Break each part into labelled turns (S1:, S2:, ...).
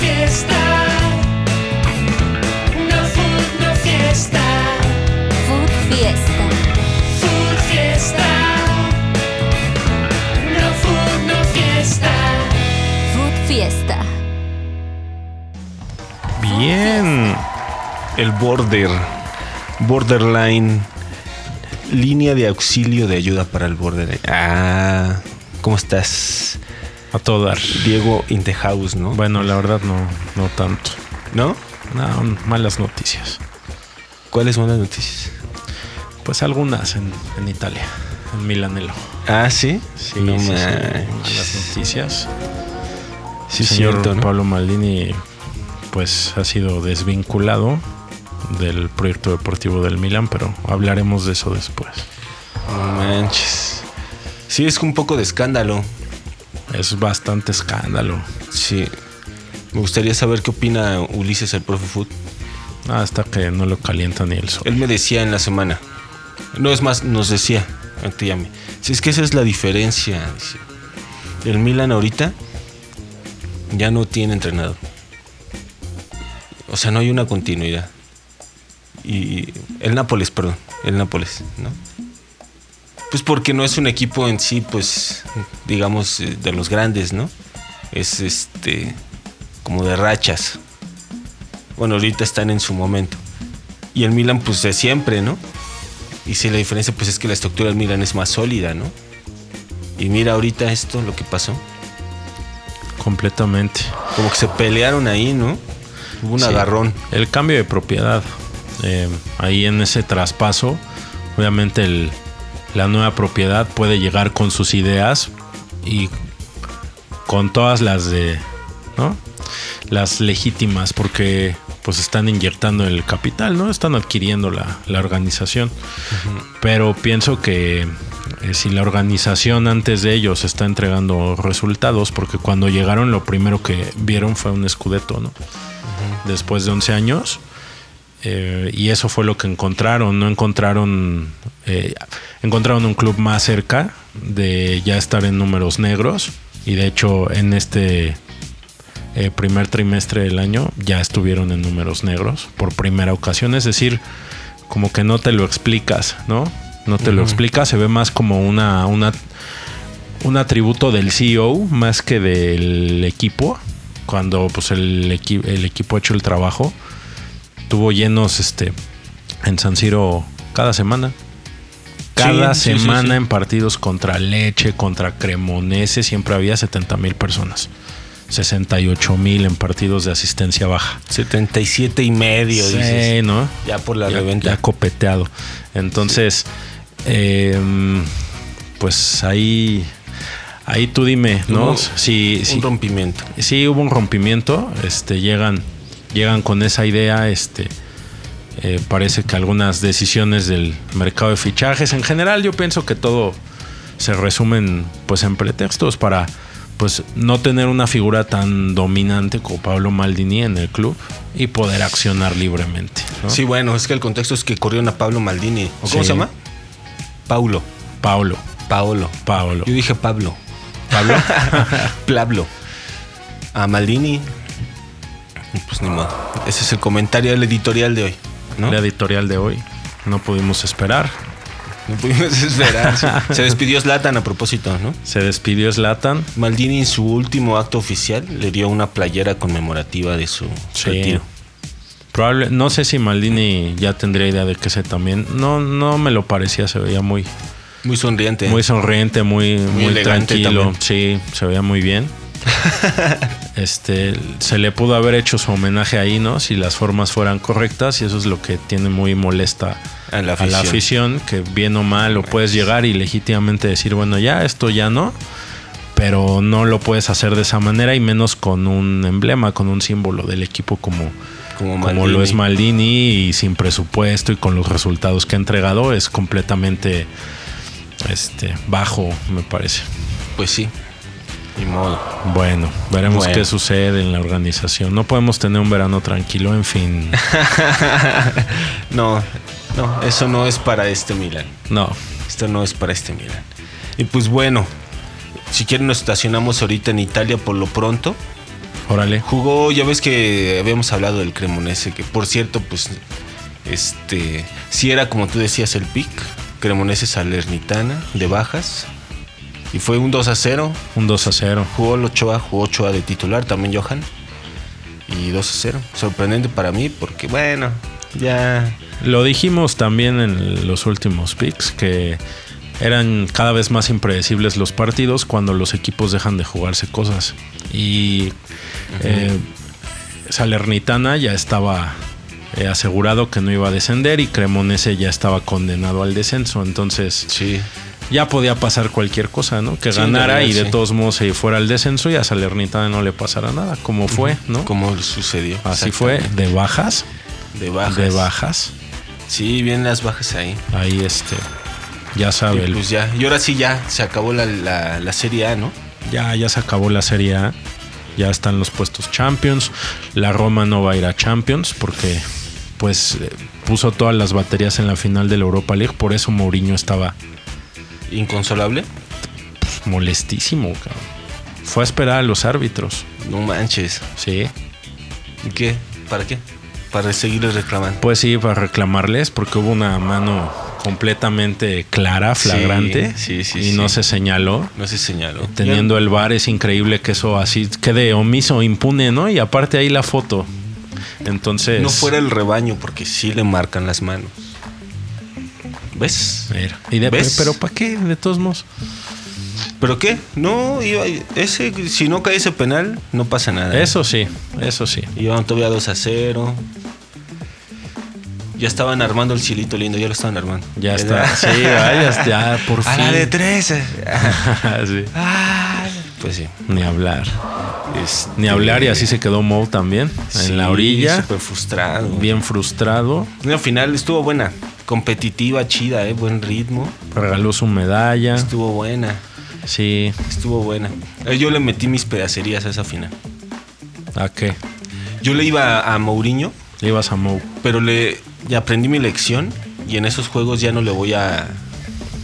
S1: fiesta. No food, no fiesta.
S2: Food Fiesta.
S1: Food fiesta. No food, no fiesta.
S2: Food Fiesta.
S3: Bien. El border. Borderline. Línea de auxilio de ayuda para el borderline. Ah, ¿cómo estás?
S4: A todo dar.
S3: Diego in the house, ¿no?
S4: Bueno, la verdad no, no tanto.
S3: ¿No?
S4: No, malas noticias.
S3: ¿Cuáles son las noticias?
S4: Pues algunas en, en Italia, en Milanelo.
S3: Ah, sí.
S4: Sí,
S3: no
S4: sí, sí, malas
S3: manches.
S4: noticias.
S3: Sí,
S4: El señor
S3: cierto, ¿no?
S4: Pablo Maldini, pues ha sido desvinculado del proyecto deportivo del Milan, pero hablaremos de eso después.
S3: No manches. Sí, es un poco de escándalo.
S4: Es bastante escándalo.
S3: Sí. Me gustaría saber qué opina Ulises, el profe Food.
S4: Ah, Hasta que no lo calienta ni el sol.
S3: Él me decía en la semana. No es más, nos decía. a ti y a mí. Si es que esa es la diferencia. dice. El Milan ahorita ya no tiene entrenador. O sea, no hay una continuidad. Y el Nápoles, perdón. El Nápoles, ¿no? Pues porque no es un equipo en sí, pues, digamos, eh, de los grandes, ¿no? Es este, como de rachas. Bueno, ahorita están en su momento. Y el Milan, pues de siempre, ¿no? Y si la diferencia, pues es que la estructura del Milan es más sólida, ¿no? Y mira ahorita esto, lo que pasó.
S4: Eh, Completamente.
S3: Como que se pelearon ahí, ¿no? Hubo un
S4: Sí.
S3: agarrón.
S4: El cambio de propiedad. eh, ahí en ese traspaso, obviamente el- la nueva propiedad puede llegar con sus ideas y con todas las de, ¿no? Las legítimas, porque pues están inyectando el capital, ¿no? Están adquiriendo la, la organización. Pero pienso que eh, si la organización antes de ellos está entregando resultados, porque cuando llegaron lo primero que vieron fue un escudeto, ¿no? después de 11 años. eh, y eso fue lo que encontraron. No encontraron. eh, encontraron un club más cerca de ya estar en números negros. Y de hecho, en este eh, primer trimestre del año ya estuvieron en números negros por primera ocasión. Es decir, como que no te lo explicas, ¿no? No te lo explicas. Se ve más como una, una, un atributo del CEO más que del equipo. Cuando pues el, equi- el equipo ha hecho el trabajo, tuvo llenos este en San Siro cada semana. Cada
S3: Sí, sí, sí,
S4: semana
S3: sí.
S4: en partidos contra Leche, contra Cremonese, siempre había 70 mil personas. 68 mil en partidos de asistencia baja.
S3: 77 y medio,
S4: Sí,
S3: dices.
S4: ¿no?
S3: Ya por la
S4: ya,
S3: reventa.
S4: ya copeteado. Entonces, eh, pues ahí, ahí tú dime, ¿no?
S3: Hubo
S4: si, si-
S3: Un rompimiento.
S4: si hubo un rompimiento, este, llegan, llegan con esa idea, este, eh, parece que algunas decisiones del mercado de fichajes, en general, yo pienso que todo se resumen, pues, en pretextos para, pues, no tener una figura tan dominante como Pablo Maldini en el club y poder accionar libremente. ¿no?
S3: Sí, bueno, es que el contexto es que corrieron a Pablo Maldini. ¿O ¿Cómo
S4: Sí.
S3: se llama? Paulo.
S4: Paolo.
S3: Paolo.
S4: Paolo.
S3: Yo dije Pablo.
S4: Pablo.
S3: Pablo. A Maldini. Pues ni modo. Ese es el comentario del editorial de hoy. ¿no?
S4: La editorial de hoy. No pudimos esperar.
S3: No pudimos esperar. sí. Se despidió Zlatan a propósito, ¿no?
S4: Se despidió Slatan.
S3: Maldini en su último acto oficial le dio una playera conmemorativa de su
S4: Sí.
S3: retiro.
S4: Probable, no sé si Maldini ya tendría idea de que se también. No, no me lo parecía, se veía muy,
S3: Muy sonriente.
S4: muy sonriente, muy, muy,
S3: elegante
S4: tranquilo.
S3: también.
S4: Sí, se veía muy bien. Este, se le pudo haber hecho su homenaje ahí, ¿no? Si las formas fueran correctas, y eso es lo que tiene muy molesta
S3: a la
S4: a
S3: afición.
S4: la afición, que bien o mal lo puedes llegar y legítimamente decir, bueno, ya, esto ya no, pero no lo puedes hacer de esa manera y menos con un emblema, con un símbolo del equipo como,
S3: como,
S4: como lo es Maldini y sin presupuesto y con los resultados que ha entregado, es completamente este, bajo, me parece.
S3: Pues sí. Ni modo.
S4: Bueno, veremos
S3: Bueno.
S4: qué sucede en la organización. No podemos tener un verano tranquilo, en fin.
S3: no, no, eso no es para este Milan.
S4: No,
S3: Esto no es para este Milan. Y pues bueno, si quieren nos estacionamos ahorita en Italia por lo pronto.
S4: Órale.
S3: Jugó, ya ves que habíamos hablado del Cremonese, que por cierto, pues, este, sí era como tú decías el pick, Cremonese Salernitana, de bajas, y fue un 2 a 0,
S4: Un 2 a 0.
S3: jugó el Ochoa, jugó Ochoa de titular, también Johan, y 2 a 0, sorprendente para mí, porque bueno, ya,
S4: Lo dijimos también en los últimos picks que eran cada vez más impredecibles los partidos cuando los equipos dejan de jugarse cosas. Y eh, Salernitana ya estaba eh, asegurado que no iba a descender y Cremonese ya estaba condenado al descenso. Entonces
S3: sí,
S4: ya podía pasar cualquier cosa, ¿no? Que
S3: Sí,
S4: ganara
S3: de verdad,
S4: y de
S3: sí.
S4: todos modos se fuera al descenso y a Salernitana no le pasara nada, como fue, ¿no?
S3: como sucedió.
S4: Así fue, de bajas,
S3: de bajas.
S4: de bajas.
S3: Sí, bien las bajas ahí.
S4: Ahí este, ya sabe,
S3: Y
S4: el-
S3: pues ya, y ahora sí ya, se acabó la, la, la Serie A, ¿no?
S4: ya, ya se acabó la Serie A, ya están los puestos Champions, la Roma no va a ir a Champions porque pues eh, puso todas las baterías en la final de la Europa League, por eso Mourinho estaba
S3: Inconsolable.
S4: pues, molestísimo, cabrón. Fue a esperar a los árbitros,
S3: No manches.
S4: sí.
S3: ¿Y qué? ¿Para qué? Para seguirles reclamando.
S4: Pues sí, para reclamarles porque hubo una mano completamente clara, flagrante,
S3: sí, sí,
S4: y no
S3: sí.
S4: se señaló.
S3: No se señaló.
S4: Teniendo el bar es increíble que eso así quede omiso, impune, ¿no? Y aparte ahí la foto. Entonces.
S3: No fuera el rebaño, porque sí le marcan las manos. ¿Ves?
S4: Mira. Y de-
S3: ¿Ves?
S4: Pero ¿para qué? De todos modos.
S3: ¿Pero qué? No, iba- ese, si no cae ese penal, no pasa nada.
S4: Eso sí, eso sí.
S3: Iban todavía 2 a 0. Ya estaban armando el chilito lindo, ya lo estaban armando.
S4: Ya está. Sí, vaya, ya, por
S3: A la de eh.
S4: fin.
S3: 13.
S4: Sí.
S3: Pues sí.
S4: Ni hablar.
S3: Este,
S4: Ni hablar, y así se quedó Moe también.
S3: sí,
S4: en la orilla.
S3: Súper frustrado.
S4: Bien frustrado.
S3: Al final estuvo buena. Competitiva, chida, ¿eh? buen ritmo.
S4: Regaló su medalla.
S3: Estuvo buena.
S4: Sí.
S3: Estuvo buena. Eh, Yo le metí mis pedacerías a esa final.
S4: ¿A qué?
S3: Yo le iba a Mourinho,
S4: Le ibas a Moe.
S3: pero le ya aprendí mi lección y en esos juegos ya no le voy a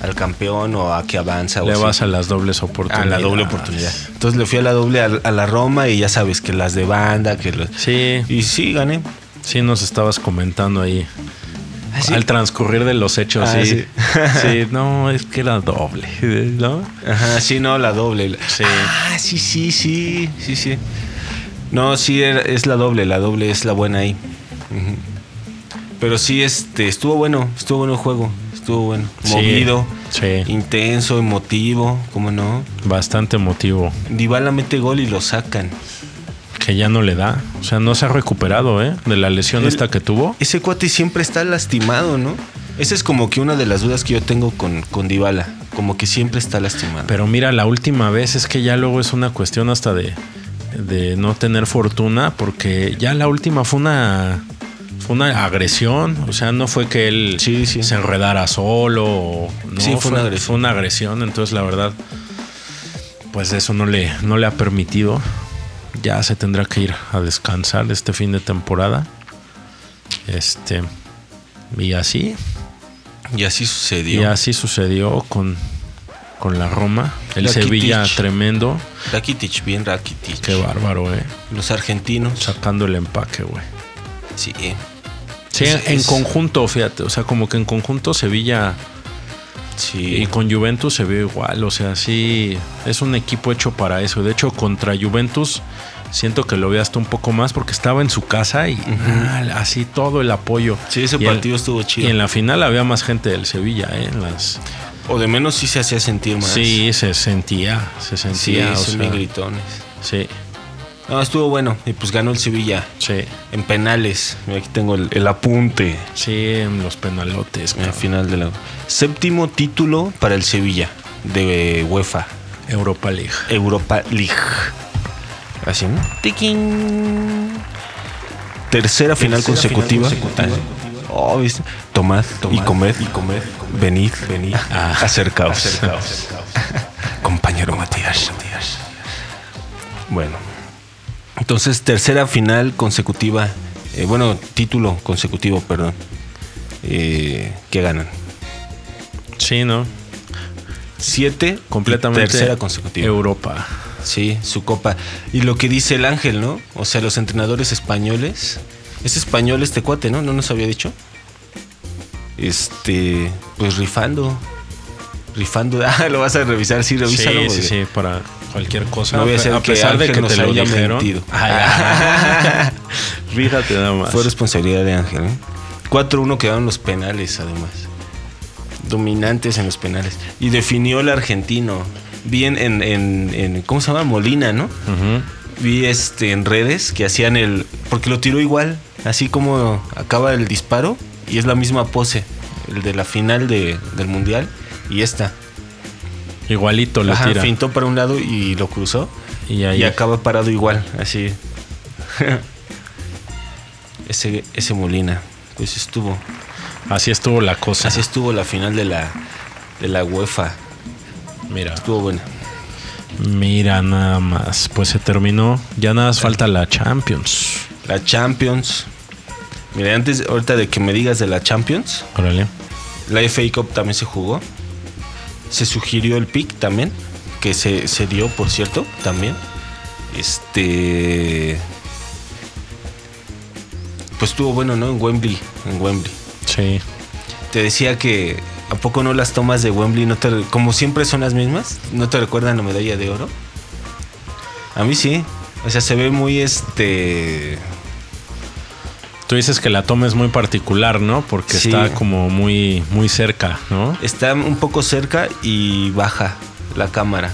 S3: al campeón o a que avanza. o
S4: Le
S3: así.
S4: vas a Ah. las dobles
S3: Ah, a
S4: oportunidades.
S3: la doble oportunidad. Entonces le fui a la doble a, a la Roma y ya sabes que las de banda, que los...
S4: Sí.
S3: Y sí, gané.
S4: Sí, nos estabas comentando ahí.
S3: Así.
S4: Al transcurrir de los hechos,
S3: Ah,
S4: sí.
S3: sí.
S4: Sí, no, es que era doble, ¿no?
S3: Ajá, sí, no, la doble.
S4: Sí.
S3: Ah, sí, sí, sí, sí, sí. No, sí, era- es la doble, la doble es la buena ahí. Ujú. Pero sí, este, estuvo bueno, estuvo bueno el juego, estuvo bueno.
S4: Sí,
S3: Movido,
S4: sí.
S3: intenso, emotivo, ¿cómo no?
S4: Bastante emotivo.
S3: Dybala mete gol y lo sacan.
S4: Que ya no le da. O sea, no se ha recuperado, ¿eh? De la lesión
S3: El-
S4: esta que tuvo.
S3: Ese cuate siempre está lastimado, ¿no? Esa es como que una de las dudas que yo tengo con, con Dybala, como que siempre está lastimado.
S4: Pero mira, la última vez es que ya luego es una cuestión hasta de, de no tener fortuna, porque ya la última fue una, fue una agresión. O sea, no fue que él
S3: Sí, sí.
S4: se enredara solo. o- no,
S3: Sí, fue una agresión.
S4: fue una agresión. Entonces, la verdad, pues eso no le, no le ha permitido. Ya se tendrá que ir a descansar este fin de temporada. Este. Y así,
S3: y así sucedió.
S4: y así sucedió con, con la Roma. El
S3: Rakitic.
S4: Sevilla tremendo.
S3: Rakitic, bien Rakitic.
S4: Qué bárbaro, eh.
S3: Los argentinos.
S4: Sacando el empaque, güey.
S3: Sí.
S4: Sí,
S3: Es-
S4: en
S3: es-
S4: conjunto, fíjate. O sea, como que en conjunto Sevilla
S3: Sí.
S4: y con Juventus se vio igual. O sea, sí, es un equipo hecho para eso. De hecho, contra Juventus siento que lo vi hasta un poco más porque estaba en su casa y ah, así todo el apoyo.
S3: Sí, ese
S4: Y en-
S3: partido estuvo
S4: Y
S3: chido.
S4: en la final había más gente del Sevilla, ¿eh? En las,
S3: O de menos sí se hacía sentir más.
S4: sí, se sentía, se
S3: sí,
S4: sentía. o
S3: son
S4: sea,
S3: bien gritones.
S4: sí,
S3: No, estuvo bueno. Y pues ganó el Sevilla
S4: sí.
S3: en penales. Mira, aquí tengo el, el apunte.
S4: Sí, en los penalotes.
S3: Al
S4: cabrón.
S3: final de la. Séptimo título para el Sevilla de UEFA.
S4: Europa League.
S3: Europa League. Así, ¿no? Tiquín. Tercera final consecutiva. Oh, ¿viste? Tomad, y comed, y comed, venid, venid, acercaos. Compañero Matías. Bueno, entonces tercera final consecutiva, eh, bueno, título consecutivo, perdón, eh, que ganan.
S4: Sí, ¿no?
S3: Siete,
S4: Completamente.
S3: tercera consecutiva.
S4: Europa.
S3: Sí, su copa. Y lo que dice el ángel, ¿no? O sea, los entrenadores españoles. Es español este cuate, ¿no? No nos había dicho. Este, pues rifando. Rifando. Ah, lo vas a revisar, sí,
S4: Sí,
S3: revísalo.
S4: sí,
S3: porque
S4: sí, para cualquier cosa.
S3: No voy a ser
S4: a
S3: que
S4: pesar de
S3: Ángel
S4: que
S3: nos
S4: te lo
S3: haya
S4: dijeron.
S3: mentido. Ah.
S4: Ay, ay. Fíjate nada más.
S3: Fue responsabilidad de Ángel, ¿eh? 4-1 quedaron los penales, además. Dominantes en los penales. Y definió el argentino. Bien en, en- en- ¿Cómo se llama? Molina, ¿no?
S4: Ujú.
S3: vi este en redes que hacían el porque lo tiró igual, así como acaba el disparo y es la misma pose, el de la final de- del mundial y esta.
S4: Igualito lo
S3: Ajá,
S4: tira.
S3: fintó para un lado y lo cruzó
S4: Y ahí.
S3: y acaba parado igual, así. ese ese Molina, pues estuvo,
S4: Así estuvo la cosa.
S3: así estuvo la final de la de la UEFA.
S4: Mira.
S3: Estuvo buena.
S4: Mira nada más. Pues se terminó. Ya nada más falta la Champions.
S3: La Champions. Mira, antes ahorita de que me digas de la Champions,
S4: Órale.
S3: La FA Cup también se jugó. Se sugirió el pick también, que se, se dio, por cierto, también. Este. Pues estuvo bueno, ¿no? En Wembley. En Wembley.
S4: Sí.
S3: Te decía que. ¿A poco no las tomas de Wembley? No te, como siempre son las mismas. ¿No te recuerdan la medalla de oro? A mí sí. O sea, se ve muy este.
S4: Tú dices que la toma es muy particular, ¿no? Porque
S3: Sí.
S4: está como muy, muy cerca, ¿no?
S3: está un poco cerca y baja la cámara.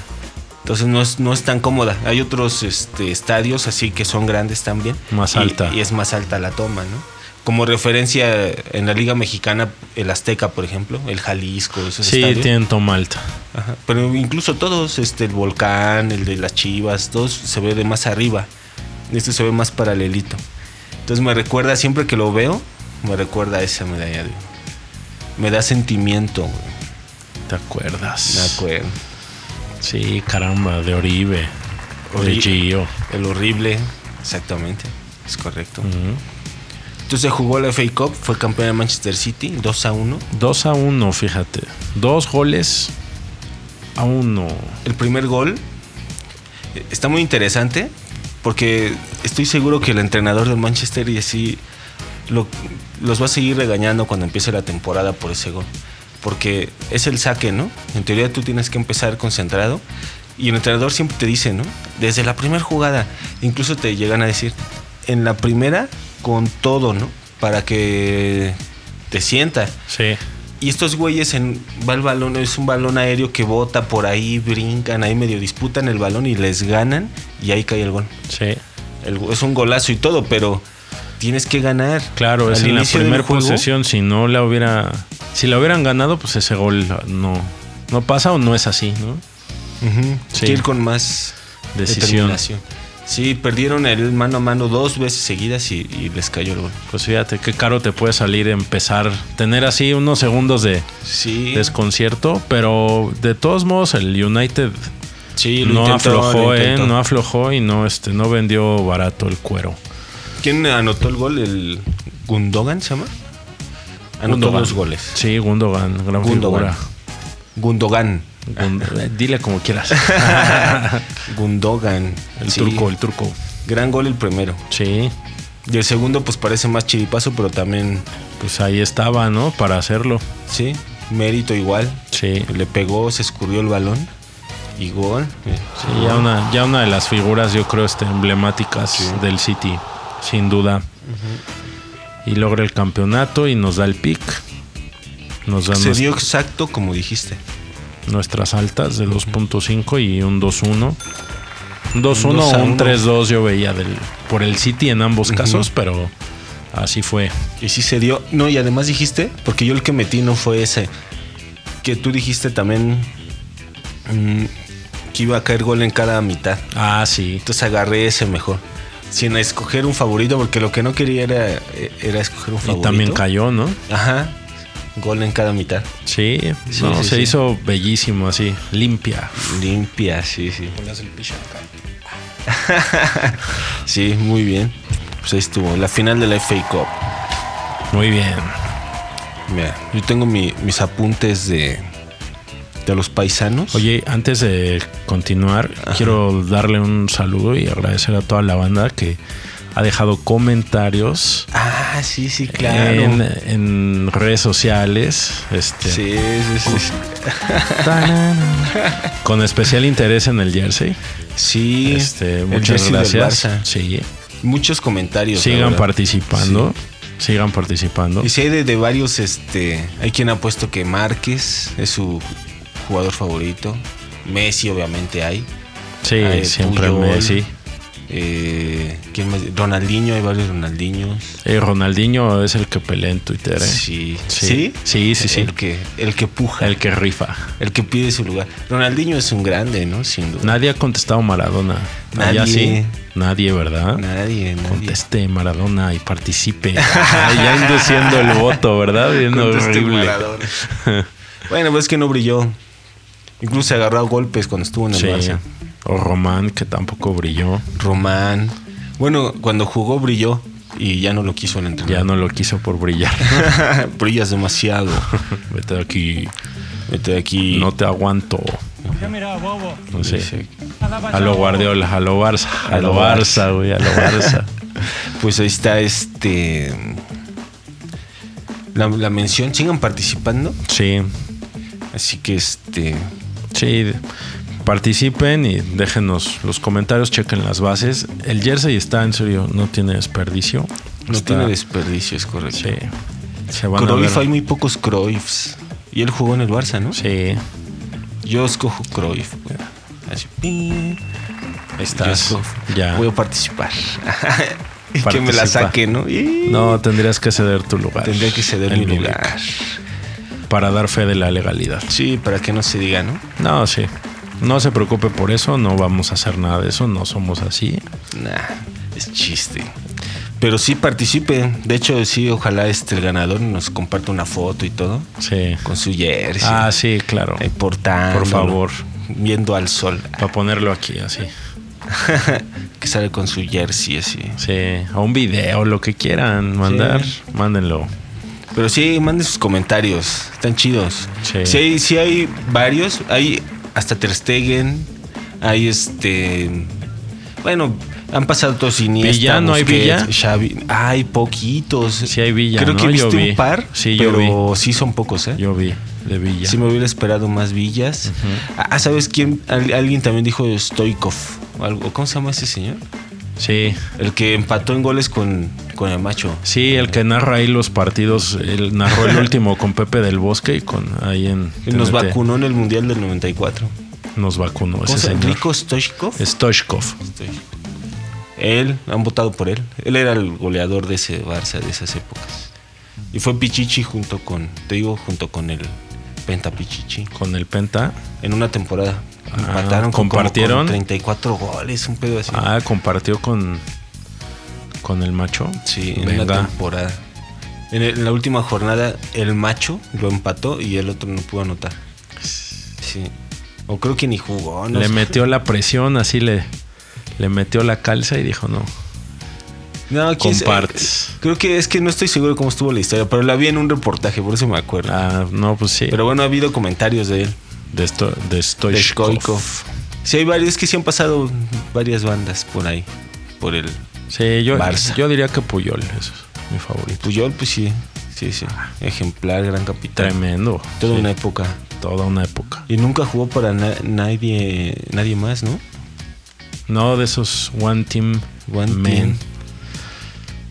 S3: Entonces no es, no es tan cómoda. Hay otros este, estadios así que son grandes también.
S4: Más
S3: Y-
S4: alta.
S3: Y es más alta la toma, ¿no? Como referencia en la Liga Mexicana, el Azteca, por ejemplo, el Jalisco, esos
S4: Sí,
S3: estadios.
S4: tienen toma alta.
S3: Ajá. Pero incluso todos, este, el volcán, el de las chivas, todos se ve de más arriba. Este se ve más paralelito. Entonces me recuerda, siempre que lo veo, me recuerda a esa medalla. de oro. Me da sentimiento, güey.
S4: ¿Te acuerdas?
S3: Me acuerdo.
S4: Sí, caramba, de Oribe. De
S3: Ori-
S4: Gio.
S3: El horrible. Exactamente. Es correcto.
S4: Ujú.
S3: Mm. Entonces jugó la FA Cup, fue campeón de Manchester City, 2 a 1.
S4: 2 a 1, fíjate. Dos goles a uno.
S3: El primer gol eh, está muy interesante porque estoy seguro que el entrenador del Manchester y así lo- los va a seguir regañando cuando empiece la temporada por ese gol. Porque es el saque, ¿no? En teoría tú tienes que empezar concentrado. Y el entrenador siempre te dice, ¿no? Desde la primera jugada, incluso te llegan a decir, en la primera con todo, ¿no? Para que te sienta.
S4: Sí.
S3: Y estos güeyes en, va el balón, es un balón aéreo que bota por ahí, brincan, ahí medio disputan el balón y les ganan y ahí cae el gol.
S4: Sí.
S3: El go- es un golazo y todo, pero tienes que ganar.
S4: Claro, es
S3: Al
S4: en la
S3: inicio del
S4: primera
S3: juego,
S4: posesión. Si no la hubiera. Si la hubieran ganado, pues ese gol no, no pasa o no es así, ¿no?
S3: ujú, hay
S4: Sí.
S3: que ir con más
S4: Decisión.
S3: determinación. Sí, perdieron el mano a mano dos veces seguidas y, y les cayó el gol.
S4: Pues fíjate qué caro te puede salir empezar. Tener así unos segundos de
S3: Sí,
S4: desconcierto. Pero de todos modos, el United
S3: sí lo
S4: no
S3: intentó, lo
S4: aflojó, ¿eh?
S3: intentó.
S4: No aflojó y no, este, no vendió barato el cuero.
S3: ¿Quién anotó el gol? ¿El Gundogan se llama? Anotó
S4: Gundogan.
S3: dos goles.
S4: Sí, Gundogan, gran
S3: Gundogan. Gundogan.
S4: figura. Gund- eh, Dile como quieras.
S3: Gundogan.
S4: El
S3: Sí.
S4: turco, el turco.
S3: Gran gol el primero.
S4: Sí,
S3: Y el segundo, pues parece más chiripazo, pero también,
S4: pues ahí estaba, ¿no? Para hacerlo.
S3: sí, mérito igual.
S4: Sí.
S3: Le pegó, se escurrió el balón y gol.
S4: Sí, ya una, ya una de las figuras, yo creo, este, emblemáticas del City, sin duda. Y logra el campeonato y nos da el pick. Nos da
S3: Se
S4: nues-
S3: dio exacto como dijiste.
S4: nuestras altas de 2.5 y un 2-1. Un 2-1
S3: Un
S4: o
S3: 2-1.
S4: un 3-2 yo veía del, por el City en ambos casos, pero así fue.
S3: Y sí se dio. No, y además dijiste, porque yo el que metí no fue ese. Que tú dijiste también mm, que iba a caer gol en cada mitad.
S4: Ah, sí.
S3: Entonces agarré ese mejor. Sin escoger un favorito, porque lo que no quería era, eh, era escoger un favorito.
S4: Y también cayó, ¿no?
S3: Ajá. Gol en cada mitad.
S4: Sí,
S3: Sí,
S4: no,
S3: sí,
S4: se
S3: sí.
S4: hizo bellísimo así, limpia.
S3: Limpia, sí, sí. Sí, muy bien. Pues ahí estuvo. La final de la FA Cup.
S4: Muy bien.
S3: Mira, yo tengo mi- mis apuntes de, de los paisanos.
S4: Oye, antes de continuar, quiero darle un saludo y agradecer a toda la banda que ha dejado comentarios
S3: Ah, sí, sí,
S4: en, en redes sociales. Este,
S3: Sí, sí, sí, sí.
S4: tarán, con especial interés en el jersey.
S3: Sí,
S4: Este,
S3: el
S4: muchas
S3: jersey del
S4: gracias.
S3: Barça.
S4: Sí.
S3: Muchos comentarios. la
S4: Sigan
S3: verdad.
S4: participando. Sigan participando.
S3: Y si hay de, de varios, este, hay quien ha puesto que Márquez es su jugador favorito. Messi, obviamente, hay.
S4: Sí,
S3: Ay,
S4: siempre
S3: Puyol.
S4: Messi.
S3: Eh, ¿Quién más? Ronaldinho, hay varios Ronaldinhos.
S4: Eh, Ronaldinho es el que pelea en Twitter. ¿eh?
S3: Sí.
S4: Sí. Sí, sí, sí.
S3: El que, el que puja,
S4: El
S3: el,
S4: que rifa.
S3: que pide su lugar. Ronaldinho es un grande, ¿no? Sin duda.
S4: Nadie ha contestado Maradona.
S3: Nadie.
S4: Allá sí. Nadie, ¿verdad?
S3: Nadie, nadie.
S4: Conteste Maradona y participe. Ay, ya induciendo el voto, ¿verdad? Viendo
S3: Conteste este
S4: horrible.
S3: Maradona. bueno, pues es que no brilló. Incluso se agarró a golpes cuando estuvo en el
S4: Sí.
S3: Barça.
S4: O Román, que tampoco brilló.
S3: Román. Bueno, cuando jugó brilló y ya no lo quiso el
S4: Ya
S3: entrenador.
S4: no lo quiso por brillar.
S3: Brillas demasiado.
S4: Vete de aquí.
S3: Vete de aquí.
S4: No te aguanto.
S5: mira, bobo.
S4: No sé.
S3: Dice,
S4: A lo Guardiola, a lo Barça. A
S3: A
S4: lo
S3: lo
S4: Barça, güey, a lo Barça.
S3: Pues ahí está este. La, la mención. Sigan participando.
S4: Sí,
S3: Así que este.
S4: sí. Participen y déjenos los comentarios, chequen las bases. El jersey está, en serio, no tiene desperdicio.
S3: No
S4: Está-
S3: tiene desperdicio, es correcto.
S4: Sí. Se van a ver.
S3: Cruyff, hay muy pocos Cruyffs. Y él jugó en el Barça, ¿no?
S4: Sí,
S3: Yo escojo Cruyff. güey. Así. ping.
S4: ahí
S3: Yo
S4: estás.
S3: escojo.
S4: Ya.
S3: Voy a participar. y que me
S4: Participa.
S3: la saque, ¿no? Y-
S4: No, tendrías que ceder tu lugar.
S3: Tendría que ceder
S4: El
S3: mi
S4: mío.
S3: lugar.
S4: Para dar fe de la legalidad.
S3: Sí, para que no se diga, ¿no?
S4: No, sí. No se preocupe por eso, no vamos a hacer nada de eso, no somos así.
S3: Nah, es chiste. Pero sí participe. De hecho, sí, ojalá este el ganador nos comparta una foto y todo.
S4: Sí.
S3: Con su jersey.
S4: Ah, sí, claro.
S3: Eh, portándolo,
S4: Por favor.
S3: Viendo al sol.
S4: Para ponerlo aquí, así.
S3: que sale con su jersey así.
S4: Sí, o un video, lo que quieran mandar, mándenlo.
S3: Pero sí, manden sus comentarios. Están chidos.
S4: Sí.
S3: Sí. hay, sí hay varios. Hay hasta Ter Stegen. Hay este... Bueno, han pasado todos Iniesta,
S4: ¿Villa? ¿No hay
S3: Busquets,
S4: Villa?
S3: Xavi. Hay poquitos.
S4: Sí hay Villa,
S3: Creo que
S4: ¿no? Yo
S3: viste
S4: vi.
S3: un par,
S4: Sí, yo
S3: pero sí son pocos, ¿eh?
S4: Yo vi de Villa.
S3: Sí me hubiera esperado más villas. Ah, ¿sabes quién? Al- alguien también dijo Stoikov. o algo. ¿Cómo se llama ese señor?
S4: Sí,
S3: El que empató en goles con, con el macho.
S4: sí, el que narra ahí los partidos, él narró el último con Pepe del Bosque y con ahí en
S3: Nos
S4: TNT.
S3: vacunó en el Mundial del 94.
S4: Nos vacunó
S3: ¿Cómo
S4: ese
S3: se llama?
S4: señor.
S3: ¿Rico Stoikov?
S4: Pues Stoichkov.
S3: Él, han votado por él. Él era el goleador de ese Barça de esas épocas. Y fue Pichichi junto con, te digo, junto con el Penta Pichichi.
S4: con el Penta.
S3: En una temporada.
S4: Ah,
S3: Empataron con- como
S4: ¿compartieron?
S3: con 34 goles, un pedo así.
S4: Ah, compartió con con el macho.
S3: Sí, en una
S4: venga.
S3: temporada. En, el- en la última jornada, el macho lo empató y el otro no pudo anotar. Sí. O creo que ni jugó. No,
S4: Le
S3: sé.
S4: metió la presión, así le le metió la calza y dijo no.
S3: No, quién sabe.
S4: Compartes.
S3: Creo que es que no estoy seguro cómo estuvo la historia, pero la vi en un reportaje, por eso me acuerdo.
S4: Ah, no, pues sí.
S3: Pero bueno, ha habido comentarios de él.
S4: de esto, de
S3: De
S4: Stoichkov.
S3: Stoichkov. Sí, hay varios que sí han pasado varias bandas por ahí. Por el
S4: Sí, yo,
S3: Barça.
S4: yo diría que Puyol es mi favorito.
S3: Puyol, pues sí. Sí, sí. Ejemplar, gran capitán.
S4: Tremendo.
S3: Toda
S4: Sí,
S3: una época.
S4: toda una época.
S3: Y nunca jugó para na- nadie, nadie más, ¿no?
S4: No de esos One Team
S3: One
S4: Men
S3: Team.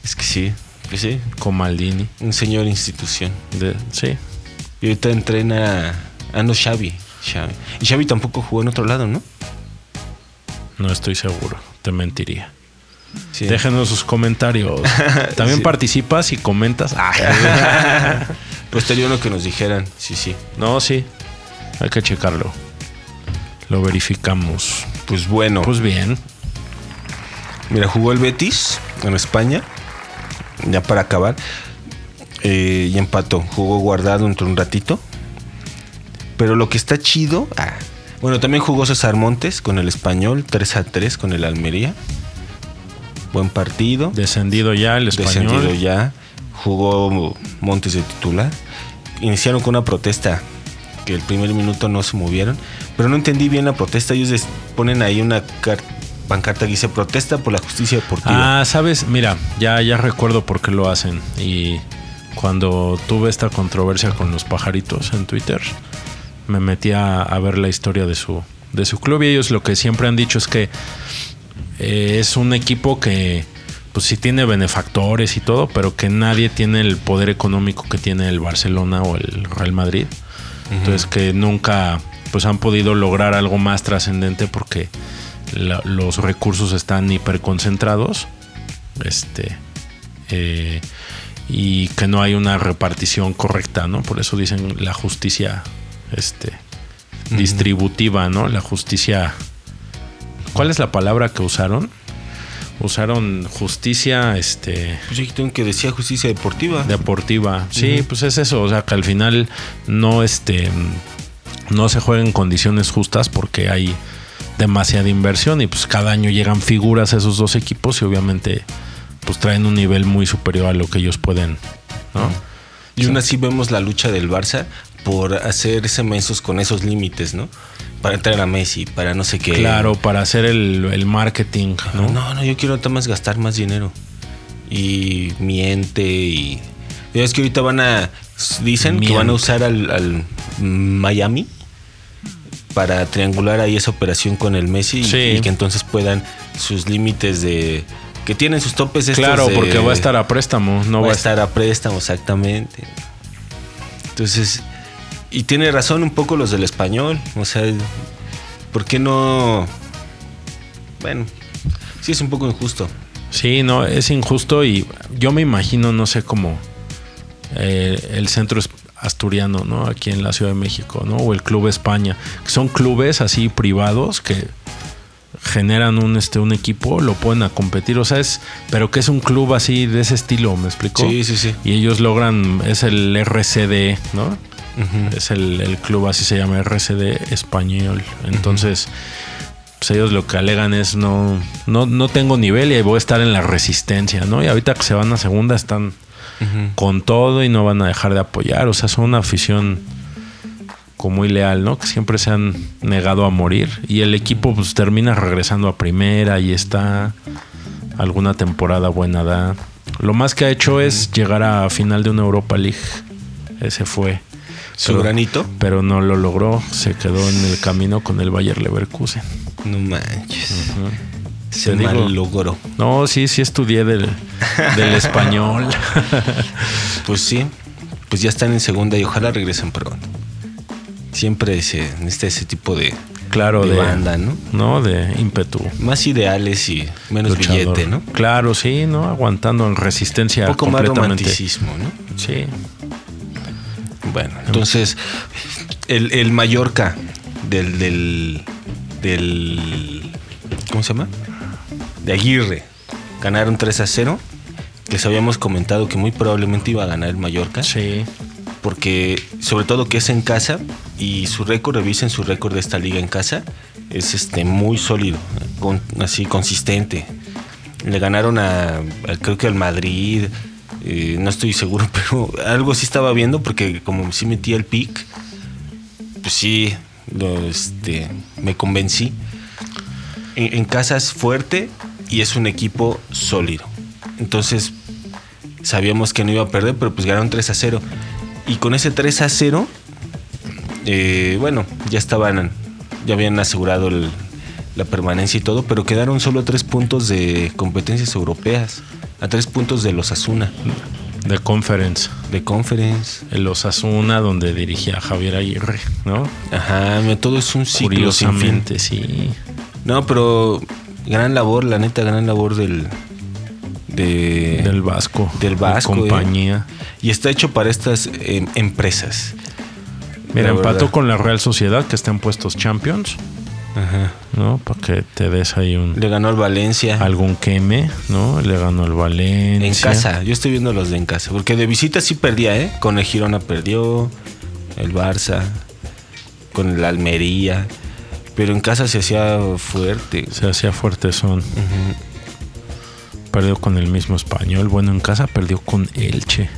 S3: Es que sí, pues sí,
S4: con Maldini.
S3: un señor institución.
S4: De- sí.
S3: Y ahorita entrena. Ah, no, Xavi. Xavi. Y Xavi tampoco jugó en otro lado, ¿no?
S4: No estoy seguro. Te mentiría.
S3: Sí.
S4: Déjenos sus comentarios. También
S3: Sí.
S4: participas y comentas. Ah,
S3: Pues estaría bueno que nos dijeran. Sí, sí.
S4: no, sí. Hay que checarlo. Lo verificamos.
S3: Pues bueno.
S4: Pues bien.
S3: mira, jugó el Betis en España. Ya para acabar. Eh, y empató. Jugó guardado entre un ratito. Pero lo que está chido. ah, bueno, también jugó César Montes con el Español. 3 a 3 con el Almería. Buen partido.
S4: Descendido ya el español.
S3: descendido ya. Jugó Montes de titular. Iniciaron con una protesta que el primer minuto no se movieron. Pero no entendí bien la protesta. Ellos des- ponen ahí una car- pancarta que dice protesta por la justicia deportiva.
S4: Ah, sabes, mira, ya, ya recuerdo por qué lo hacen. Y cuando tuve esta controversia con los pajaritos en Twitter, me metí a, a ver la historia de su, de su club. Y ellos lo que siempre han dicho es que eh, es un equipo que, pues sí tiene benefactores y todo, pero que nadie tiene el poder económico que tiene el Barcelona o el Real Madrid. Entonces que nunca pues han podido lograr algo más trascendente porque la- los recursos están hiperconcentrados. Este. eh, y que no hay una repartición correcta, ¿no? Por eso dicen la justicia este, distributiva, ¿no? La justicia. ¿Cuál es la palabra que usaron? Usaron justicia este,
S3: Pues yo aquí tengo que decía justicia deportiva.
S4: deportiva. Sí,
S3: Ujú.
S4: pues es eso. O sea, que al final no, este, no se juega en condiciones justas porque hay demasiada inversión y pues cada año llegan figuras a esos dos equipos y obviamente pues traen un nivel muy superior a lo que ellos pueden, ¿no?
S3: Y aún así vemos la lucha del Barça por hacerse mensos con esos límites, ¿no? Para entrar a Messi, para no sé qué.
S4: Claro, para hacer el, el marketing, ¿no?
S3: No, no, yo quiero nada más gastar más dinero. Y miente y... Ya Es que ahorita van a... Dicen que van
S4: Miente.
S3: a usar al, al Miami para triangular ahí esa operación con el Messi y-
S4: Sí.
S3: y, que entonces puedan sus límites de... Que tienen sus topes estos
S4: Claro,
S3: de-
S4: porque va a estar a préstamo, no
S3: va a estar a préstamo, exactamente. Entonces, y tiene razón un poco los del español, o sea, ¿por qué no? Bueno, sí es un poco injusto.
S4: Sí, no, es injusto y yo me imagino, no sé cómo, eh, el centro es- asturiano, ¿no? Aquí en la Ciudad de México, ¿no? O el Club España. que Son clubes así privados que generan un, este, un equipo, lo pueden a competir, o sea, es, pero que es un club así de ese estilo, ¿me explicó?
S3: Sí, sí, sí.
S4: Y ellos logran, es el RCD, ¿no? Es el, el club, así se llama, RCD Español. Entonces, pues ellos lo que alegan es no, no, no tengo nivel y ahí voy a estar en la resistencia, ¿no? Y ahorita que se van a segunda están con todo y no van a dejar de apoyar. O sea, son una afición como muy leal, ¿no? Que siempre se han negado a morir. Y el equipo pues termina regresando a primera y está alguna temporada buena da. Lo más que ha hecho es llegar a final de una Europa League. Ese fue.
S3: Su
S4: Pero-
S3: granito.
S4: Pero no lo logró. Se quedó en el camino con el Bayer Leverkusen.
S3: No manches. Se
S4: Te digo.
S3: mal logró.
S4: No, sí, sí estudié del, del español.
S3: Pues sí, pues ya están en segunda y ojalá regresen pronto. Siempre se necesita ese tipo de,
S4: claro,
S3: de
S4: de,
S3: banda, ¿no?
S4: No, de ímpetu.
S3: Más ideales y menos
S4: luchador.
S3: billete, ¿no?
S4: Claro, sí, ¿no? Aguantando en resistencia
S3: Un poco más
S4: completamente.
S3: romanticismo, ¿no?
S4: sí.
S3: Bueno, entonces el, el Mallorca del, del, del- ¿Cómo se llama? De Aguirre. Ganaron 3 a 0. Les habíamos comentado que muy probablemente iba a ganar el Mallorca.
S4: Sí.
S3: Porque sobre todo que es en casa y su récord, revisen su récord de esta liga en casa, es este muy sólido, con- así consistente. Le ganaron a, a- creo que al Madrid, eh, no estoy seguro, pero algo sí estaba viendo porque como sí metí el pick, pues sí, lo, este, me convencí. En, en casa es fuerte y es un equipo sólido. Entonces sabíamos que no iba a perder, pero pues ganaron 3 a 0. Y con ese 3 a 0, eh, bueno, ya estaban, ya habían asegurado el- la permanencia y todo, pero quedaron solo a 3 puntos de competencias europeas, a 3 puntos de los Asuna,
S4: De conference.
S3: de Conference.
S4: El Osasuna, donde dirigía Javier Aguirre, ¿no?
S3: Ajá, mira, todo es un ciclo sin fin.
S4: Curiosamente, sí.
S3: No, pero gran labor, la neta, gran labor del. de-
S4: Del Vasco.
S3: Eh, Del Vasco,
S4: y
S3: eh.
S4: compañía.
S3: Y está hecho para estas em, empresas.
S4: Mira,
S3: La
S4: empató
S3: verdad.
S4: con la Real Sociedad, que está en puestos Champions,
S3: Ajá.
S4: ¿no? Para que te des ahí un,
S3: Le ganó al Valencia.
S4: algún queme, ¿no? Le ganó el Valencia.
S3: En casa, yo estoy viendo los de en casa. Porque de visita sí perdía, ¿eh? Con el Girona perdió, el Barça, con el Almería. Pero en casa se hacía fuerte.
S4: Se hacía fuerte son. Perdió con el mismo español. Bueno, en casa perdió con Elche.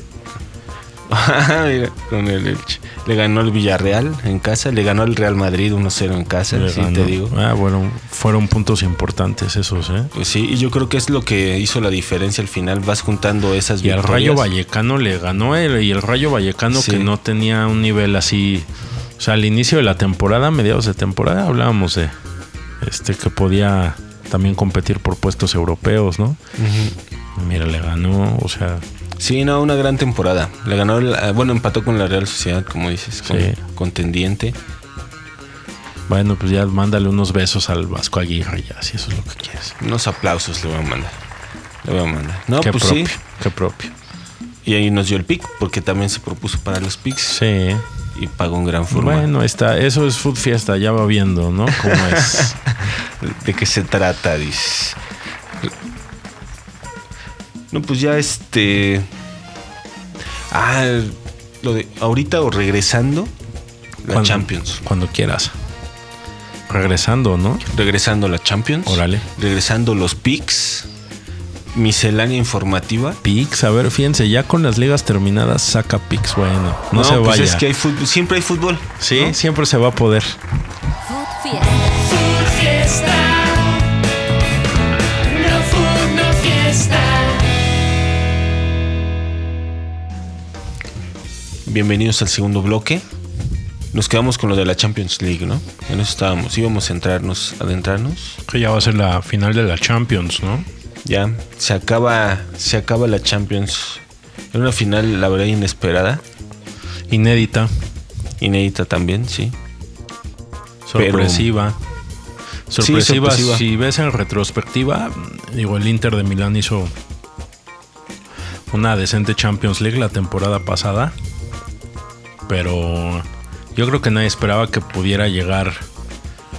S3: Mira, con el Elche. Le ganó el Villarreal en casa, le ganó el Real Madrid 1-0 en casa,
S4: Le
S3: sí
S4: ganó.
S3: te digo.
S4: Ah, bueno, fueron puntos importantes esos, ¿eh?
S3: Pues sí, y yo creo que es lo que hizo la diferencia al final, vas juntando esas
S4: Y al Rayo
S3: victorias.
S4: Vallecano le ganó él. Y el Rayo Vallecano
S3: Sí.
S4: que no tenía un nivel así. O sea, al inicio de la temporada, mediados de temporada, hablábamos de este que podía también competir por puestos europeos, ¿no?
S3: Ujú.
S4: Y Mira, le ganó, o sea,
S3: Sí, no, una gran temporada. Le ganó, el- ah, bueno, empató con la Real Sociedad, como dices, con-
S4: Sí.
S3: contendiente.
S4: bueno, pues ya mándale unos besos al Vasco Aguirre, ya, si eso es lo que quieres.
S3: Unos aplausos le voy a mandar. Le voy a mandar. No,
S4: qué
S3: pues
S4: propio,
S3: sí.
S4: qué propio.
S3: Y ahí nos dio el pick, porque también se propuso para los picks
S4: Sí.
S3: y pagó un gran formato.
S4: Bueno, está, eso es Food Fiesta, ya va viendo, ¿no? Cómo es.
S3: ¿De qué se trata, dice? No, pues ya este. Ah, lo de ahorita o regresando la
S4: Cuando-
S3: Champions.
S4: Cuando quieras. Regresando, ¿no?
S3: Regresando la Champions.
S4: Órale.
S3: Regresando los picks. Miscelánea informativa.
S4: Pix, a ver, fíjense, ya con las ligas terminadas saca Pix, bueno, no, se
S3: pues
S4: vaya.
S3: es que hay fútbol, siempre hay fútbol.
S4: sí,
S3: ¿no?
S4: siempre se va a poder.
S2: Food Fiesta.
S1: Food Fiesta. No Food No Fiesta.
S3: Bienvenidos al segundo bloque. Nos quedamos con lo de la Champions League, ¿no? En eso estábamos. Íbamos a entrarnos, adentrarnos.
S4: Que ya va a ser la final de la Champions, ¿no?
S3: Ya, se acaba, se acaba la Champions. Era una final, la verdad, inesperada.
S4: Inédita,
S3: Inédita también, sí.
S4: sorpresiva. Sorpresiva,
S3: sorpresiva.
S4: si ves en retrospectiva, digo, el Inter de Milán hizo una decente Champions League la temporada pasada, pero yo creo que nadie esperaba que pudiera llegar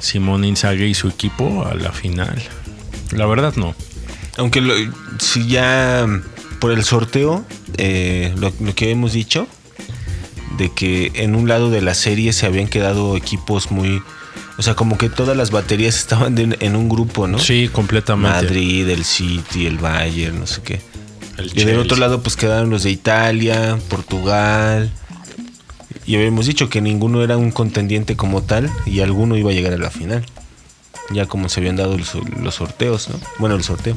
S4: Simón Inzaghi y su equipo a la final. La verdad no.
S3: Aunque lo- si ya mm, por el sorteo, eh, lo, lo que hemos dicho, de que en un lado de la serie se habían quedado equipos muy... O sea, como que todas las baterías estaban de- en un grupo, ¿no?
S4: Sí, completamente.
S3: Madrid, el City, el Bayern, no sé qué.
S4: El
S3: y del
S4: Chelsea.
S3: otro lado, pues quedaron los de Italia, Portugal. Y habíamos dicho que ninguno era un contendiente como tal y alguno iba a llegar a la final. Ya como se habían dado los, los sorteos, ¿no? Bueno, el sorteo.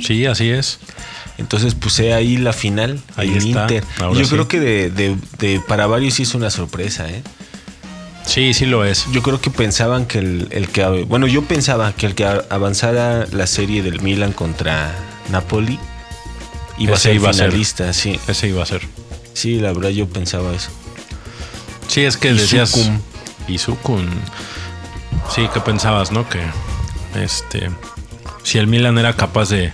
S4: Sí, así es.
S3: Entonces puse ahí la final,
S4: Ahí
S3: el
S4: está,
S3: Inter.
S4: ahora
S3: Yo
S4: sí.
S3: creo que de, de- de- para varios sí es una sorpresa, ¿eh?
S4: Sí, sí lo es.
S3: Yo creo que pensaban que el, el que... Bueno, yo pensaba que el que a- avanzara la serie del Milan contra Napoli iba a
S4: Ese
S3: ser
S4: iba a ser.
S3: finalista, sí.
S4: Ese iba a ser.
S3: Sí, la verdad yo pensaba eso.
S4: Sí, es que
S3: Y
S4: decías.
S3: Sukun.
S4: Y Sukun. Sí, que pensabas, ¿no? Que este. Si el Milan era capaz de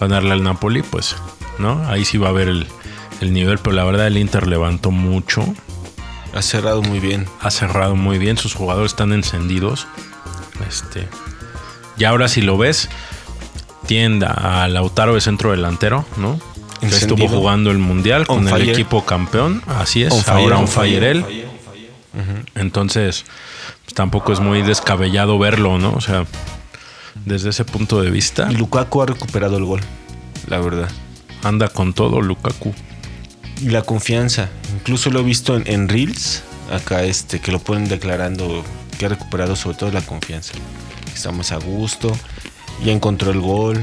S4: ganarle al Napoli, pues, ¿no? Ahí sí va a haber el, el nivel, pero la verdad el Inter levantó mucho,
S3: Ha cerrado muy bien.
S4: ha cerrado muy bien, sus jugadores están encendidos. Este. Y ahora si lo ves, tienda a Lautaro de centro delantero, ¿no? Que
S3: Encendido.
S4: estuvo jugando el mundial
S3: On
S4: con el
S3: fire.
S4: equipo campeón, así es.
S3: On fire,
S4: ahora
S3: on
S4: un fire
S3: fire,
S4: él. Entonces, pues, tampoco es muy descabellado verlo, ¿no? O sea, desde ese punto de vista,
S3: Y Lukaku ha recuperado el gol, la verdad.
S4: anda con todo Lukaku.
S3: Y la confianza. Incluso lo he visto en, en Reels, acá este, que lo ponen declarando que ha recuperado sobre todo la confianza. Estamos a gusto, ya encontró el gol.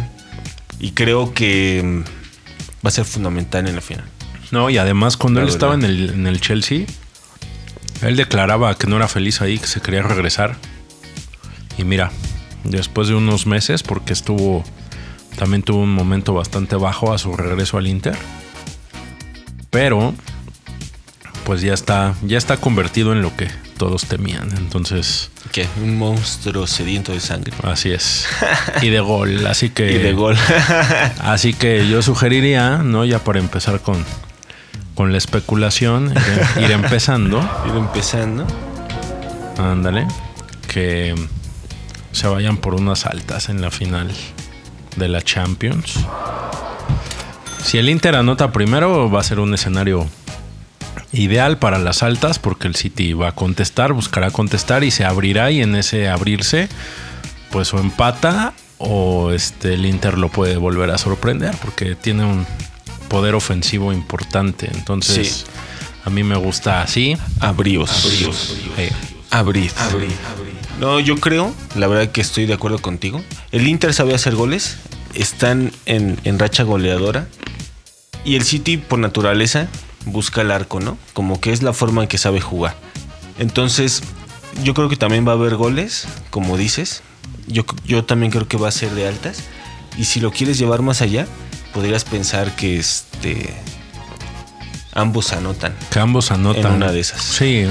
S3: Y creo que mm, va a ser fundamental en la final.
S4: No, y además cuando
S3: La
S4: él
S3: verdad.
S4: estaba en el, en el Chelsea, él declaraba que no era feliz ahí, que se quería regresar. Y mira, después de unos meses, porque estuvo, también tuvo un momento bastante bajo a su regreso al Inter. Pero, pues ya está, ya está convertido en lo que todos temían. Entonces,
S3: que Un monstruo sediento de sangre.
S4: así es. Y de gol, así que...
S3: Y de gol.
S4: Así que yo sugeriría, ¿no? Ya para empezar con, con la especulación, ir- ir empezando,
S3: Ir empezando.
S4: ándale, que se vayan por unas altas en la final de la Champions. Si el Inter anota primero, va a ser un escenario ideal para las altas, porque el City va a contestar, buscará contestar y se abrirá, y en ese abrirse, pues o empata o este, el Inter lo puede volver a sorprender porque tiene un poder ofensivo importante. Entonces,
S3: Sí.
S4: A mí me gusta así.
S3: Abríos.
S4: Eh,
S3: Abrid. No, yo creo, la verdad que estoy de acuerdo contigo. El Inter sabe hacer goles, están en, en racha goleadora. Y el City, por naturaleza, busca el arco, ¿no? Como que es la forma en que sabe jugar. Entonces, yo creo que también va a haber goles, como dices. Yo, yo también creo que va a ser de altas. Y si lo quieres llevar más allá, podrías pensar que este, ambos anotan.
S4: que ambos anotan.
S3: En una de esas.
S4: Sí.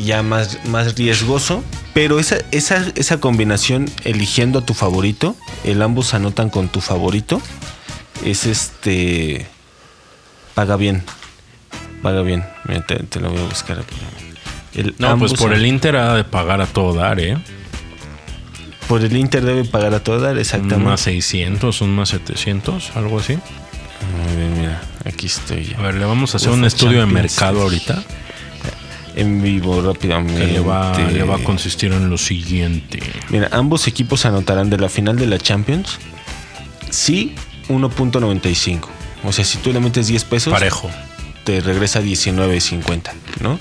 S3: ya más, más riesgoso. Pero esa, esa, esa combinación eligiendo a tu favorito, el ambos anotan con tu favorito, es este. Paga bien. Paga bien. Mira, te, te lo voy a buscar aquí. El
S4: No,
S3: ambos
S4: pues por
S3: an-
S4: el Inter ha de pagar a todo dar, ¿eh?
S3: por el Inter debe pagar a toda,
S4: Un
S3: exactamente.
S4: más 600, un más 700, algo así.
S3: Muy bien, mira, aquí estoy ya.
S4: A ver, le vamos a hacer
S3: Ufa,
S4: un estudio de
S3: Champions.
S4: mercado ahorita.
S3: En vivo,
S4: Que
S3: rápidamente.
S4: le va, le va a consistir en lo siguiente.
S3: Mira, ambos equipos anotarán de la final de la Champions. Sí, 1.95. O sea, si tú le metes 10 pesos,
S4: Parejo.
S3: te regresa 19.50, ¿no?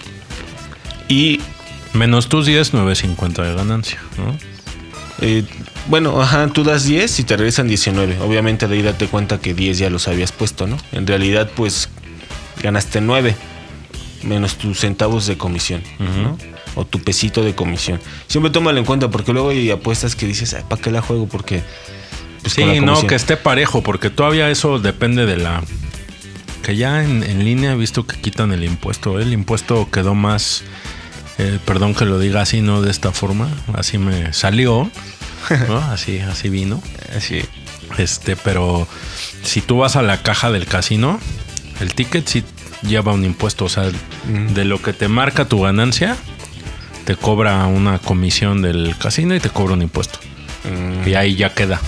S3: Y
S4: Menos tus 10, 9.50 de ganancia, ¿no?
S3: eh, bueno, ajá, tú das 10 y te regresan 19. Obviamente de ahí date cuenta que 10 ya los habías puesto, ¿no? En realidad, pues ganaste 9 menos tus centavos de comisión, ¿no? O tu pesito de comisión. Siempre tómalo en cuenta porque luego hay apuestas que dices, "Ay, ¿para qué la juego? Porque. pues, con la
S4: Sí, no,
S3: comisión".
S4: que esté parejo, porque todavía eso depende de la... Que ya en, en línea he visto que quitan el impuesto. El impuesto quedó más... eh, perdón que lo diga así, no de esta forma. Así me salió. ¿no? Así, así vino.
S3: Así.
S4: Este, pero si tú vas a la caja del casino, el ticket sí lleva un impuesto. O sea, de lo que te marca tu ganancia, te cobra una comisión del casino y te cobra un impuesto.
S3: Mm.
S4: Y ahí ya queda.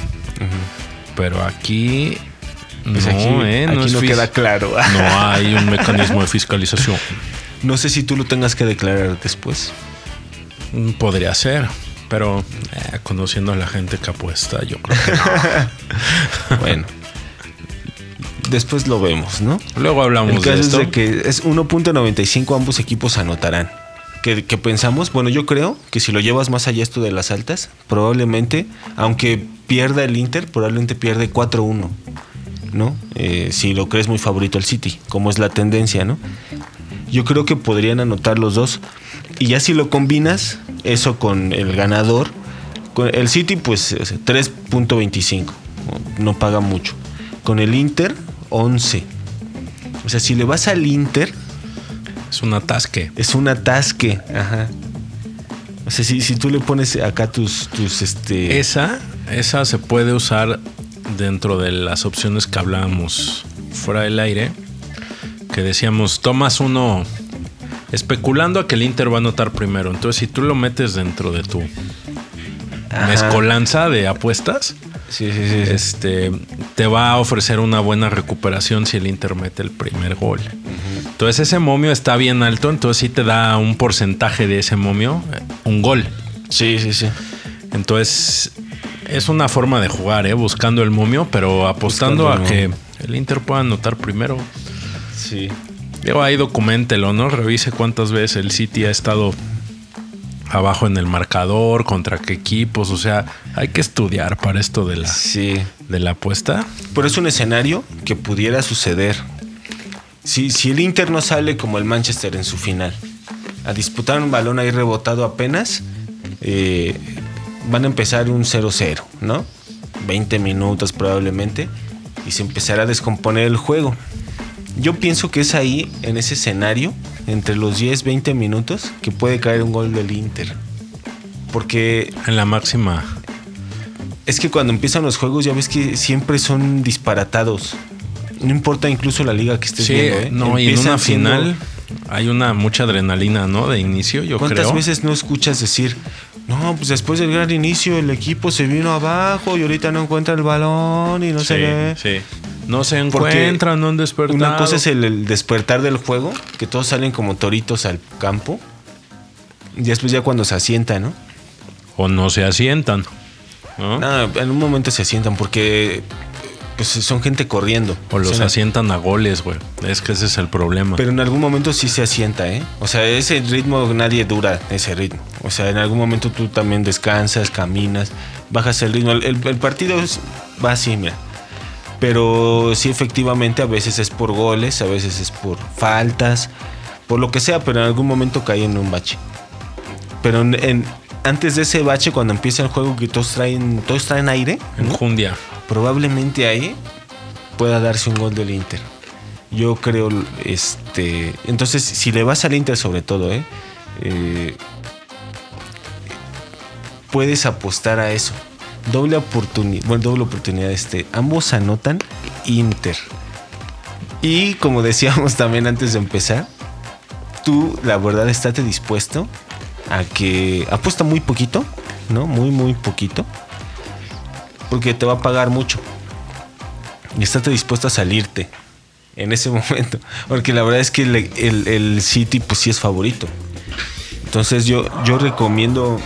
S4: Pero aquí.
S3: Pues
S4: no,
S3: aquí,
S4: eh, no,
S3: aquí
S4: es
S3: no
S4: fis-
S3: queda claro.
S4: no hay un mecanismo de fiscalización.
S3: No sé si tú lo tengas que declarar después.
S4: Mm, Podría ser, pero eh, conociendo a la gente que apuesta, yo creo que
S3: Bueno. después lo vemos, ¿no?
S4: no. Luego hablamos
S3: El caso
S4: de
S3: es
S4: esto.
S3: de que es 1.95 ambos equipos anotarán. Que, que pensamos, bueno, yo creo que si lo llevas más allá esto de las altas, probablemente, aunque pierda el Inter, probablemente pierde 4-1, ¿no? Eh, si lo crees muy favorito el City, como es la tendencia, ¿no? Yo creo que podrían anotar los dos. Y ya si lo combinas, eso con el ganador, con el City, pues es 3.25, no paga mucho. Con el Inter, 11. O sea, si le vas al Inter,
S4: Es un atasque.
S3: es un atasque. Ajá. O sea, si, si tú le pones acá tus, tus este.
S4: Esa, esa se puede usar dentro de las opciones que hablábamos fuera del aire. Que decíamos, tomas uno especulando a que el Inter va a anotar primero. Entonces, si tú lo metes dentro de tu
S3: Ajá.
S4: mezcolanza de apuestas,
S3: Sí, sí, sí. sí.
S4: este, te va a ofrecer una buena recuperación si el Inter mete el primer gol. Entonces, ese momio está bien alto. Entonces, sí te da un porcentaje de ese momio, eh, un gol.
S3: Sí, sí, sí.
S4: Entonces, es una forma de jugar, ¿eh? buscando el momio, pero apostando a
S3: Buscando el
S4: que el Inter pueda anotar primero.
S3: Sí.
S4: Digo, ahí documentelo, ¿no? Revise cuántas veces el City ha estado abajo en el marcador, contra qué equipos. O sea, hay que estudiar para esto de la,
S3: Sí.
S4: de la apuesta.
S3: Pero es un escenario que pudiera suceder. Si, si el Inter no sale como el Manchester en su final, a disputar un balón ahí rebotado apenas, eh, van a empezar un 0-0, ¿no? 20 minutos probablemente, y se empezará a descomponer el juego. Yo pienso que es ahí, en ese escenario, entre los 10-20 minutos, que puede caer un gol del Inter. Porque
S4: En la máxima.
S3: es que cuando empiezan los juegos ya ves que siempre son disparatados. No importa incluso la liga que estés
S4: Sí,
S3: viendo, ¿eh?
S4: no, y en
S3: Empiezan
S4: una
S3: siendo-
S4: final hay una mucha adrenalina, ¿no? De inicio, yo
S3: ¿Cuántas
S4: creo.
S3: veces no escuchas decir, no, pues después del gran inicio el equipo se vino abajo y ahorita no encuentra el balón y no
S4: Sí,
S3: se ve?
S4: sí. No se
S3: Porque
S4: encuentran, no han despertado.
S3: Una cosa es el, el despertar del juego, que todos salen como toritos al campo. Y después ya cuando se asientan, ¿no?
S4: o no se asientan. ¿no?
S3: Ah, en un momento se sientan porque pues son gente corriendo.
S4: O los
S3: O sea,
S4: asientan a goles, güey. Es que ese es el problema.
S3: Pero en algún momento sí se asienta, ¿eh? O sea, ese ritmo nadie dura ese ritmo. O sea, en algún momento tú también descansas, caminas, bajas el ritmo. El, el- el partido es- va así, mira. Pero sí, efectivamente, a veces es por goles, a veces es por faltas, por lo que sea, pero en algún momento cae en un bache. Pero en- en- antes de ese bache, cuando empieza el juego, que todos traen, todos traen aire,
S4: en Jundia.
S3: probablemente ahí pueda darse un gol del Inter. Yo creo, este, entonces si le vas al Inter sobre todo, ¿eh? Eh, puedes apostar a eso. Doble oportunidad, bueno, doble oportunidad, este, ambos anotan Inter. Y como decíamos también antes de empezar, tú la verdad estate dispuesto a que apuesta muy poquito, ¿no? Muy, muy poquito porque te va a pagar mucho. Y estate dispuesto a salirte en ese momento. Porque la verdad es que el, el- el City pues sí es favorito. Entonces yo, yo recomiendo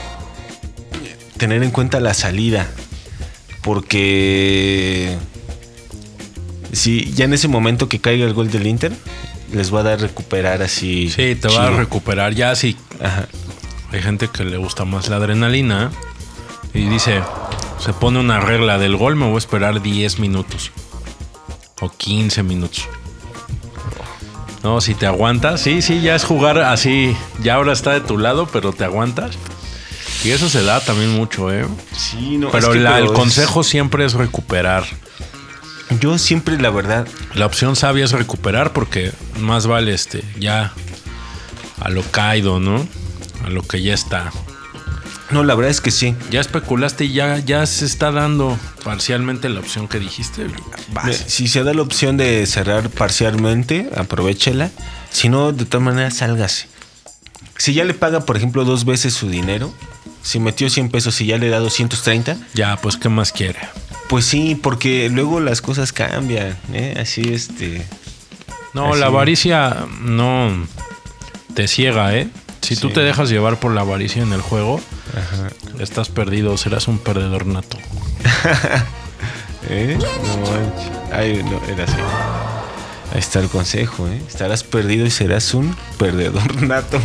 S3: tener en cuenta la salida. Porque si ya en ese momento que caiga el gol del Inter, les va a dar recuperar así.
S4: Sí, te va a
S3: chido.
S4: recuperar ya si
S3: Ajá.
S4: Hay gente que le gusta más la adrenalina y dice, se pone una regla del gol, me voy a esperar 10 minutos o 15 minutos. No, si te aguantas, sí, sí, ya es jugar así, ya ahora está de tu lado, pero te aguantas. Y eso se da también mucho, ¿eh?
S3: Sí, no,
S4: pero
S3: es que,
S4: la- el
S3: es-
S4: consejo siempre es recuperar.
S3: Yo siempre, la verdad,
S4: La opción sabia es recuperar porque más vale este, ya a lo caído, ¿no? A lo que ya está.
S3: no, la verdad es que sí.
S4: Ya especulaste y ya, ya se está dando parcialmente la opción que dijiste.
S3: Me-
S4: Vas.
S3: Si se da la opción de cerrar parcialmente, aprovechela. Si no, de todas maneras, sálgase. Si ya le paga, por ejemplo, dos veces su dinero, si metió 100 pesos y ya le da 230,
S4: Ya, pues, ¿qué más quiere?
S3: pues sí, porque luego las cosas cambian. ¿eh? Así este.
S4: No,
S3: Así.
S4: la avaricia no te ciega, ¿eh? Si tú
S3: Sí.
S4: te dejas llevar por la avaricia en el juego, estás perdido, serás un perdedor nato.
S3: ¿eh? No manches. Ay, no, era así. Ahí está el consejo, ¿eh? Estarás perdido y serás un perdedor nato.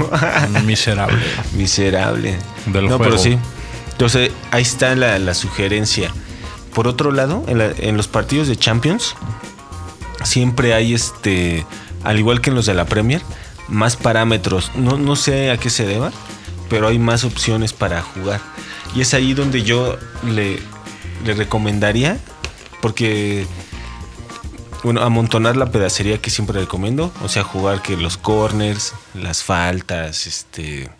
S4: Un miserable.
S3: Miserable.
S4: Del
S3: no,
S4: juego.
S3: pero sí. Entonces, ahí está la, la sugerencia. Por otro lado, en, la- en los partidos de Champions, siempre hay este. Al igual que en los de la Premier, más parámetros. No, no sé a qué se deba, pero hay más opciones para jugar. Y es ahí donde yo le, le recomendaría, porque. Bueno, amontonar la pedacería que siempre recomiendo. O sea, jugar que los corners, las faltas, este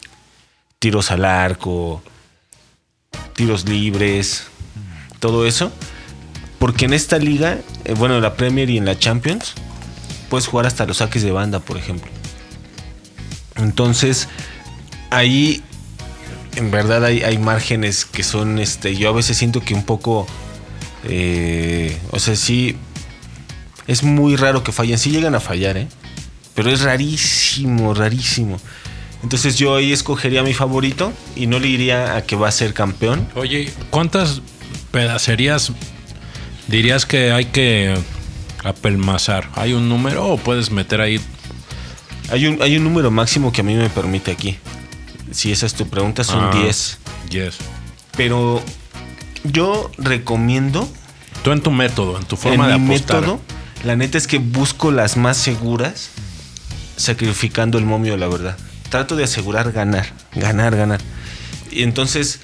S3: tiros al arco, tiros libres, todo eso. Porque en esta liga, eh, bueno, en la Premier y en la Champions, puedes jugar hasta los saques de banda, por ejemplo. Entonces, ahí, en verdad, hay, hay márgenes que son, este, yo a veces siento que un poco, eh, o sea, sí, es muy raro que fallen, sí llegan a fallar, ¿eh? Pero es rarísimo, rarísimo. Entonces yo ahí escogería a mi favorito y no le diría a que va a ser campeón.
S4: Oye, ¿cuántas pedacerías dirías que hay que apelmazar? ¿Hay un número o puedes meter ahí?
S3: Hay un, hay un número máximo que a mí me permite aquí. Si esa es tu pregunta, son
S4: Ah,
S3: 10.
S4: Yes.
S3: Pero yo recomiendo
S4: Tú en tu método, en tu forma de
S3: en mi
S4: apostar.
S3: método, la neta es que busco las más seguras sacrificando el momio, la verdad. Trato de asegurar ganar, ganar, ganar. Y entonces,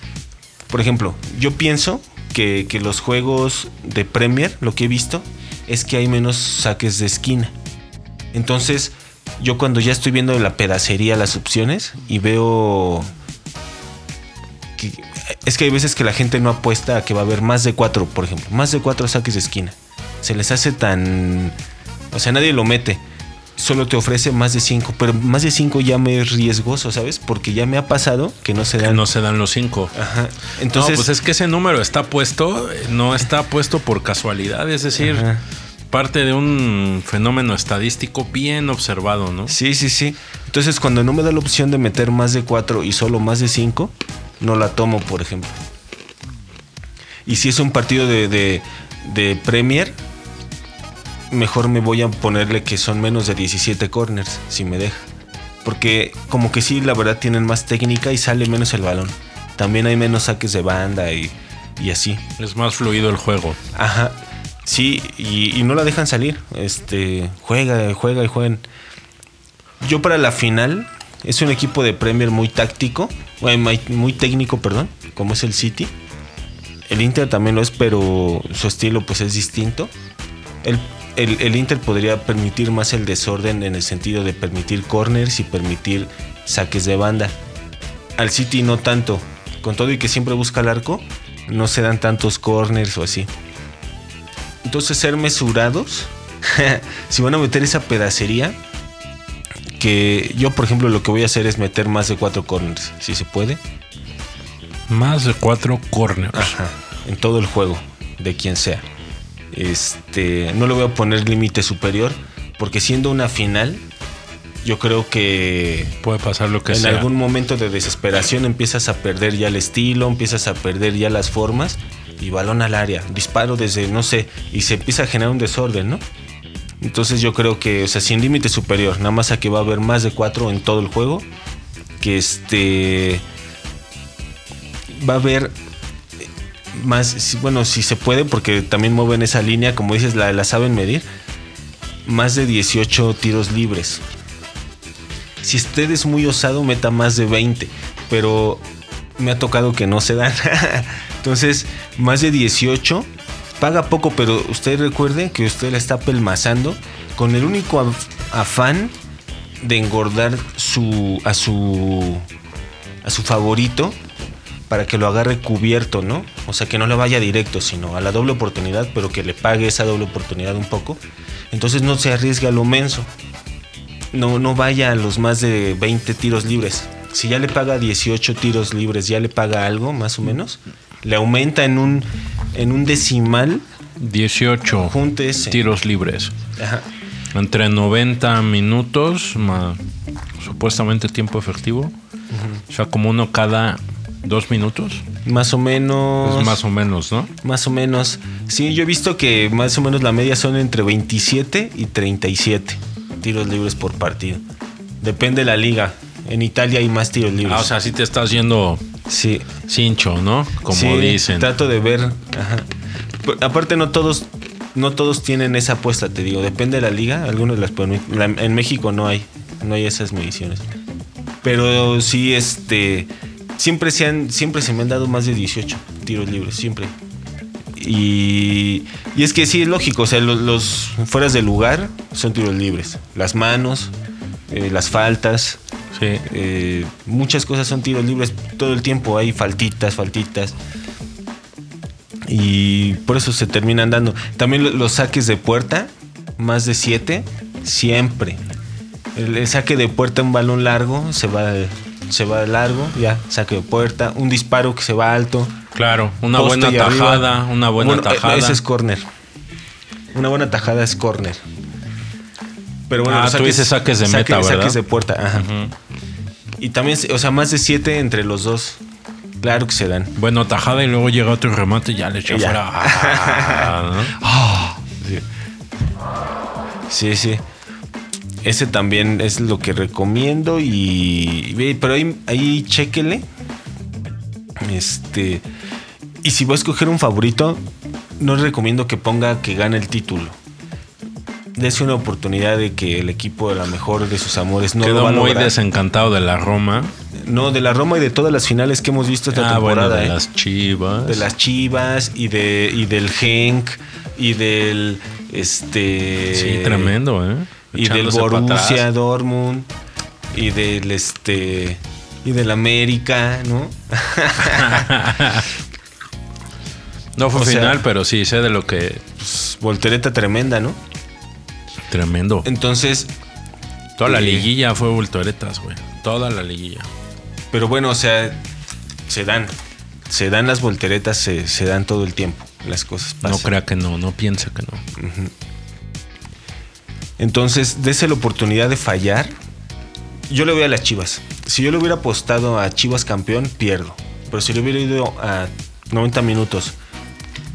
S3: por ejemplo, yo pienso que, que los juegos de Premier, lo que he visto, es que hay menos saques de esquina. Entonces, yo cuando ya estoy viendo la pedacería, las opciones, y veo... que- es que hay veces que la gente no apuesta a que va a haber más de cuatro, por ejemplo. Más de cuatro saques de esquina. Se les hace tan... O sea, nadie lo mete. Solo te ofrece más de cinco. Pero más de cinco ya me es riesgoso, ¿sabes? Porque ya me ha pasado que no se
S4: Que
S3: dan...
S4: no se dan los cinco.
S3: Ajá.
S4: Entonces,
S3: Entonces...
S4: pues es que ese número está puesto, eh, no está puesto por casualidad, es decir,
S3: Ajá.
S4: parte de un fenómeno estadístico bien observado, ¿no?
S3: Sí, sí, sí. Entonces, cuando no me da la opción de meter más de 4 y solo más de 5, no la tomo, por ejemplo. Y si es un partido de, de- de Premier, mejor me voy a ponerle que son menos de 17 corners, si me deja. Porque como que sí, la verdad tienen más técnica y sale menos el balón. También hay menos saques de banda y, y así.
S4: Es más fluido el juego.
S3: Ajá. Sí, y, y no la dejan salir. Este, juega, juega y juegan. Yo para la final es un equipo de Premier muy táctico, eh, muy muy técnico, perdón, como es el City. El Inter también lo es, pero su estilo pues es distinto. El, el- el Inter podría permitir más el desorden en el sentido de permitir corners y permitir saques de banda. Al City no tanto. Con todo y que siempre busca el arco, no se dan tantos corners o así. Entonces ser mesurados. si van a meter esa pedacería, que yo, por ejemplo, lo que voy a hacer es meter más de cuatro corners, si se puede,
S4: Más de cuatro corners.
S3: Ajá. en todo el juego, de quien sea. Este, no le voy a poner límite superior, porque siendo una final, yo creo que
S4: Puede pasar lo que
S3: en
S4: sea.
S3: algún momento de desesperación empiezas a perder ya el estilo, empiezas a perder ya las formas y balón al área, disparo desde, no sé, y se empieza a generar un desorden, ¿no? Entonces yo creo que, o sea, sin límite superior, nada más a que va a haber más de cuatro en todo el juego, que este... Va a haber más, si- bueno, si se puede, porque también mueven esa línea, como dices, la, la saben medir, más de 18 tiros libres. Si usted es muy osado, meta más de 20. Pero me ha tocado que no se dan. Entonces, más de 18. Paga poco, pero usted recuerde que usted la está pelmazando con el único af- afán de engordar su, a su a su favorito para que lo agarre cubierto, ¿no? O sea, que no le vaya directo, sino a la doble oportunidad, pero que le pague esa doble oportunidad un poco. Entonces no se arriesgue a lo menso. No, no vaya a los más de 20 tiros libres. Si ya le paga 18 tiros libres, ya le paga algo, más o menos. Le aumenta en un, en un decimal.
S4: 18
S3: Junte ese.
S4: tiros libres.
S3: Ajá.
S4: Entre 90 minutos, ma- supuestamente tiempo efectivo. O sea, como uno cada dos minutos.
S3: Más o menos.
S4: Es Pues más o menos, ¿no?
S3: Más o menos. Sí, yo he visto que más o menos la media son entre 27 y 37 tiros libres por partido. Depende de la liga. En Italia hay más tiros libres.
S4: Ah, o sea, si te estás yendo
S3: sí.
S4: cincho, ¿no? Como
S3: Sí,
S4: dicen.
S3: Trato de ver. ajá. Pero aparte no todos no todos tienen esa apuesta, te digo. Depende de la liga. Algunos las ponen- la- En México no hay no hay esas mediciones. Pero sí, este siempre se han siempre se me han dado más de 18 tiros libres siempre. Y, y es que sí, es lógico, o sea, los, los fueras de lugar son tiros libres. Las manos, eh, las faltas,
S4: Sí.
S3: eh, muchas cosas son tiros libres todo el tiempo, hay faltitas, faltitas. Y por eso se terminan dando. También lo- los saques de puerta, más de 7, siempre. El, el saque de puerta, un balón largo, se va, se va largo, ya, saque de puerta, un disparo que se va alto.
S4: Claro, una
S3: poste
S4: buena
S3: y arriba.
S4: tajada, una buena
S3: Bueno, eh,
S4: tajada.
S3: Ese es corner. Una buena tajada es corner. Pero bueno,
S4: Ah,
S3: los
S4: tú dices saques de
S3: saque-
S4: meta, ¿verdad?
S3: Saques de puerta, ajá. Y también, o sea, más de siete entre los dos. Claro que se dan.
S4: Bueno, tajada y luego llega otro remate y ya le echa
S3: Y ya.
S4: fuera. Ah, ¿no?
S3: Sí, sí. Ese también es lo que recomiendo y... ve, Pero ahí, ahí chéquele. Este... Y si voy a escoger un favorito, no recomiendo que ponga que gane el título. Dese una oportunidad de que el equipo de la mejor de sus amores no lo
S4: Quedó
S3: va a
S4: muy
S3: lograr.
S4: desencantado de la Roma.
S3: No, de la Roma y de todas las finales que hemos visto esta
S4: Ah, bueno,
S3: temporada.
S4: de
S3: ¿eh?
S4: las chivas.
S3: de las Chivas y de y del Genk y del este
S4: Sí, tremendo, ¿eh?
S3: y del
S4: Echándose para
S3: Borussia
S4: atrás.
S3: Dortmund y del este y del América, ¿no? Pues,
S4: No fue
S3: O sea-
S4: final, pero sí, sé de lo que.
S3: Pues, voltereta tremenda, ¿no?
S4: Tremendo.
S3: Entonces,
S4: Toda la
S3: Sí.
S4: liguilla fue voltoretas, güey. Toda la liguilla.
S3: pero bueno, o sea, se dan se dan las volteretas, se, se dan todo el tiempo las cosas.
S4: No
S3: pasan.
S4: crea que no, no piensa que no.
S3: Entonces, dese la oportunidad de fallar. Yo le voy a las Chivas. Si yo le hubiera apostado a Chivas campeón, pierdo. Pero si le hubiera ido a 90 minutos,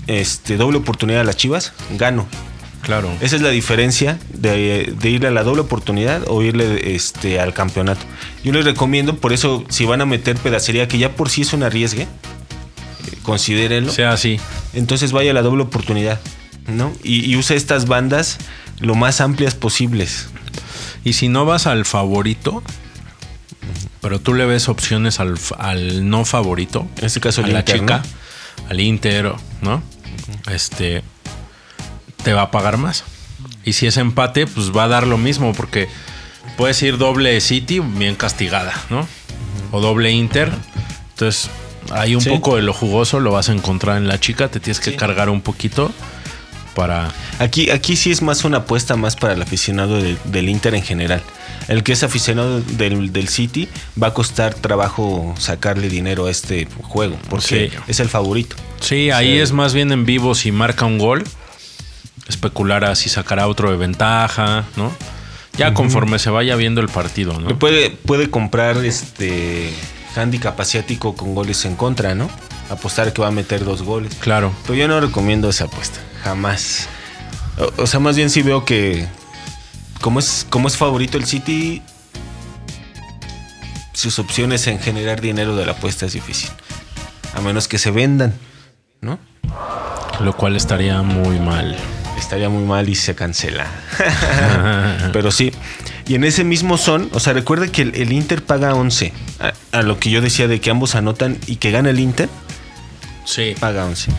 S3: este, doble oportunidad a las Chivas, gano.
S4: Claro.
S3: Esa es la diferencia de, de irle a la doble oportunidad o irle este, al campeonato. Yo les recomiendo, por eso, si van a meter pedacería, que ya por sí es un arriesgue, eh, considérenlo.
S4: Sea así.
S3: Entonces vaya a la doble oportunidad, ¿no? Y, y usa estas bandas lo más amplias posibles.
S4: Y si no vas al favorito, pero tú le ves opciones al, f- al no favorito,
S3: En este caso,
S4: a
S3: el
S4: la
S3: Inter,
S4: chica,
S3: ¿no?
S4: al Inter, ¿no? Este te va a pagar más. Y si es empate, pues va a dar lo mismo, porque puedes ir doble City bien castigada, ¿no? O doble Inter. Entonces, hay un
S3: Sí.
S4: poco de lo jugoso, lo vas a encontrar en la chica, te tienes que
S3: Sí.
S4: cargar un poquito para.
S3: Aquí, aquí sí es más una apuesta más para el aficionado de- del Inter en general. El que es aficionado del, del City va a costar trabajo sacarle dinero a este juego, porque
S4: Sí.
S3: es el favorito.
S4: Sí, ahí es más bien en vivo si marca un gol. Especular a si sacará otro de ventaja, ¿no? Ya conforme se vaya viendo el partido,
S3: Le
S4: ¿no?
S3: Puede, puede comprar este handicap asiático con goles en contra, ¿no? Apostar que va a meter dos goles.
S4: Claro.
S3: Pero yo no recomiendo esa apuesta, jamás. O, o sea, más bien sí veo que como es, como es favorito el City, sus opciones en generar dinero de la apuesta es difícil. A menos que se vendan, ¿no?
S4: Lo cual estaría muy mal.
S3: Estaría muy mal y se cancela.
S4: Ah.
S3: Pero sí. Y en ese mismo son, o sea, recuerda que el, el Inter paga 11. A, a lo que yo decía de que ambos anotan y que gana el Inter,
S4: sí.
S3: paga 11.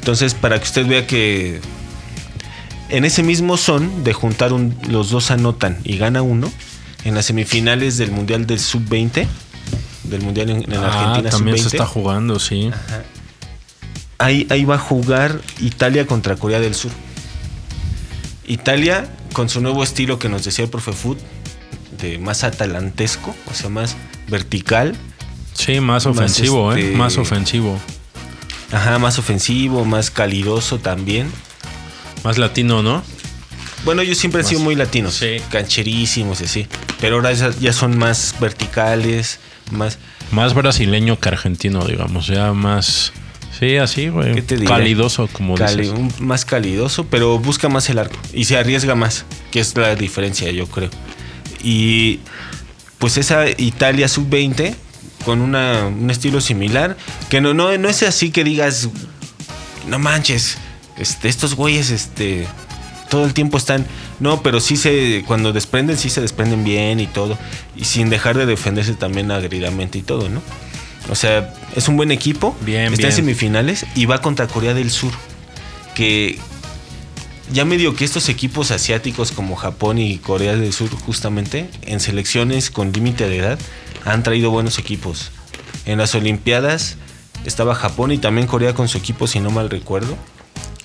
S3: Entonces, para que usted vea que en ese mismo son de juntar un- los dos anotan y gana uno, en las semifinales del Mundial del Sub-20, del Mundial en, en
S4: Ah,
S3: Argentina
S4: también se
S3: Sub-20,
S4: está jugando, sí.
S3: ahí, ahí va a jugar Italia contra Corea del Sur. Italia, con su nuevo estilo que nos decía el profe Food, de más atalantesco, o sea, más vertical,
S4: Sí, más ofensivo, ¿eh?
S3: este-
S4: Más ofensivo.
S3: ajá, más ofensivo, más calidoso también.
S4: Más latino, ¿no?
S3: Bueno, ellos siempre han sido
S4: Más-
S3: muy latinos,
S4: sí.
S3: cancherísimos y así. Pero ahora ya, ya son más verticales, más.
S4: Más brasileño que argentino, digamos. Ya más. Sí, así, güey.
S3: ¿Qué te diré?
S4: Calidoso, eh, como
S3: cali-
S4: dices.
S3: un- más calidoso, pero busca más el arco y se arriesga más, que es la diferencia, yo creo. Y pues esa Italia sub-20, con una- un estilo similar, que no, no, no es así que digas, no manches, este, estos güeyes, este. Todo el tiempo están. No, pero sí se. Cuando desprenden, sí se desprenden bien y todo. Y sin dejar de defenderse también agridamente y todo, ¿no? O sea, es un buen equipo.
S4: Bien,
S3: Está
S4: bien.
S3: en semifinales y va contra Corea del Sur. Que. Ya medio que estos equipos asiáticos como Japón y Corea del Sur, justamente, en selecciones con límite de edad, han traído buenos equipos. En las Olimpiadas estaba Japón y también Corea con su equipo, si no mal recuerdo.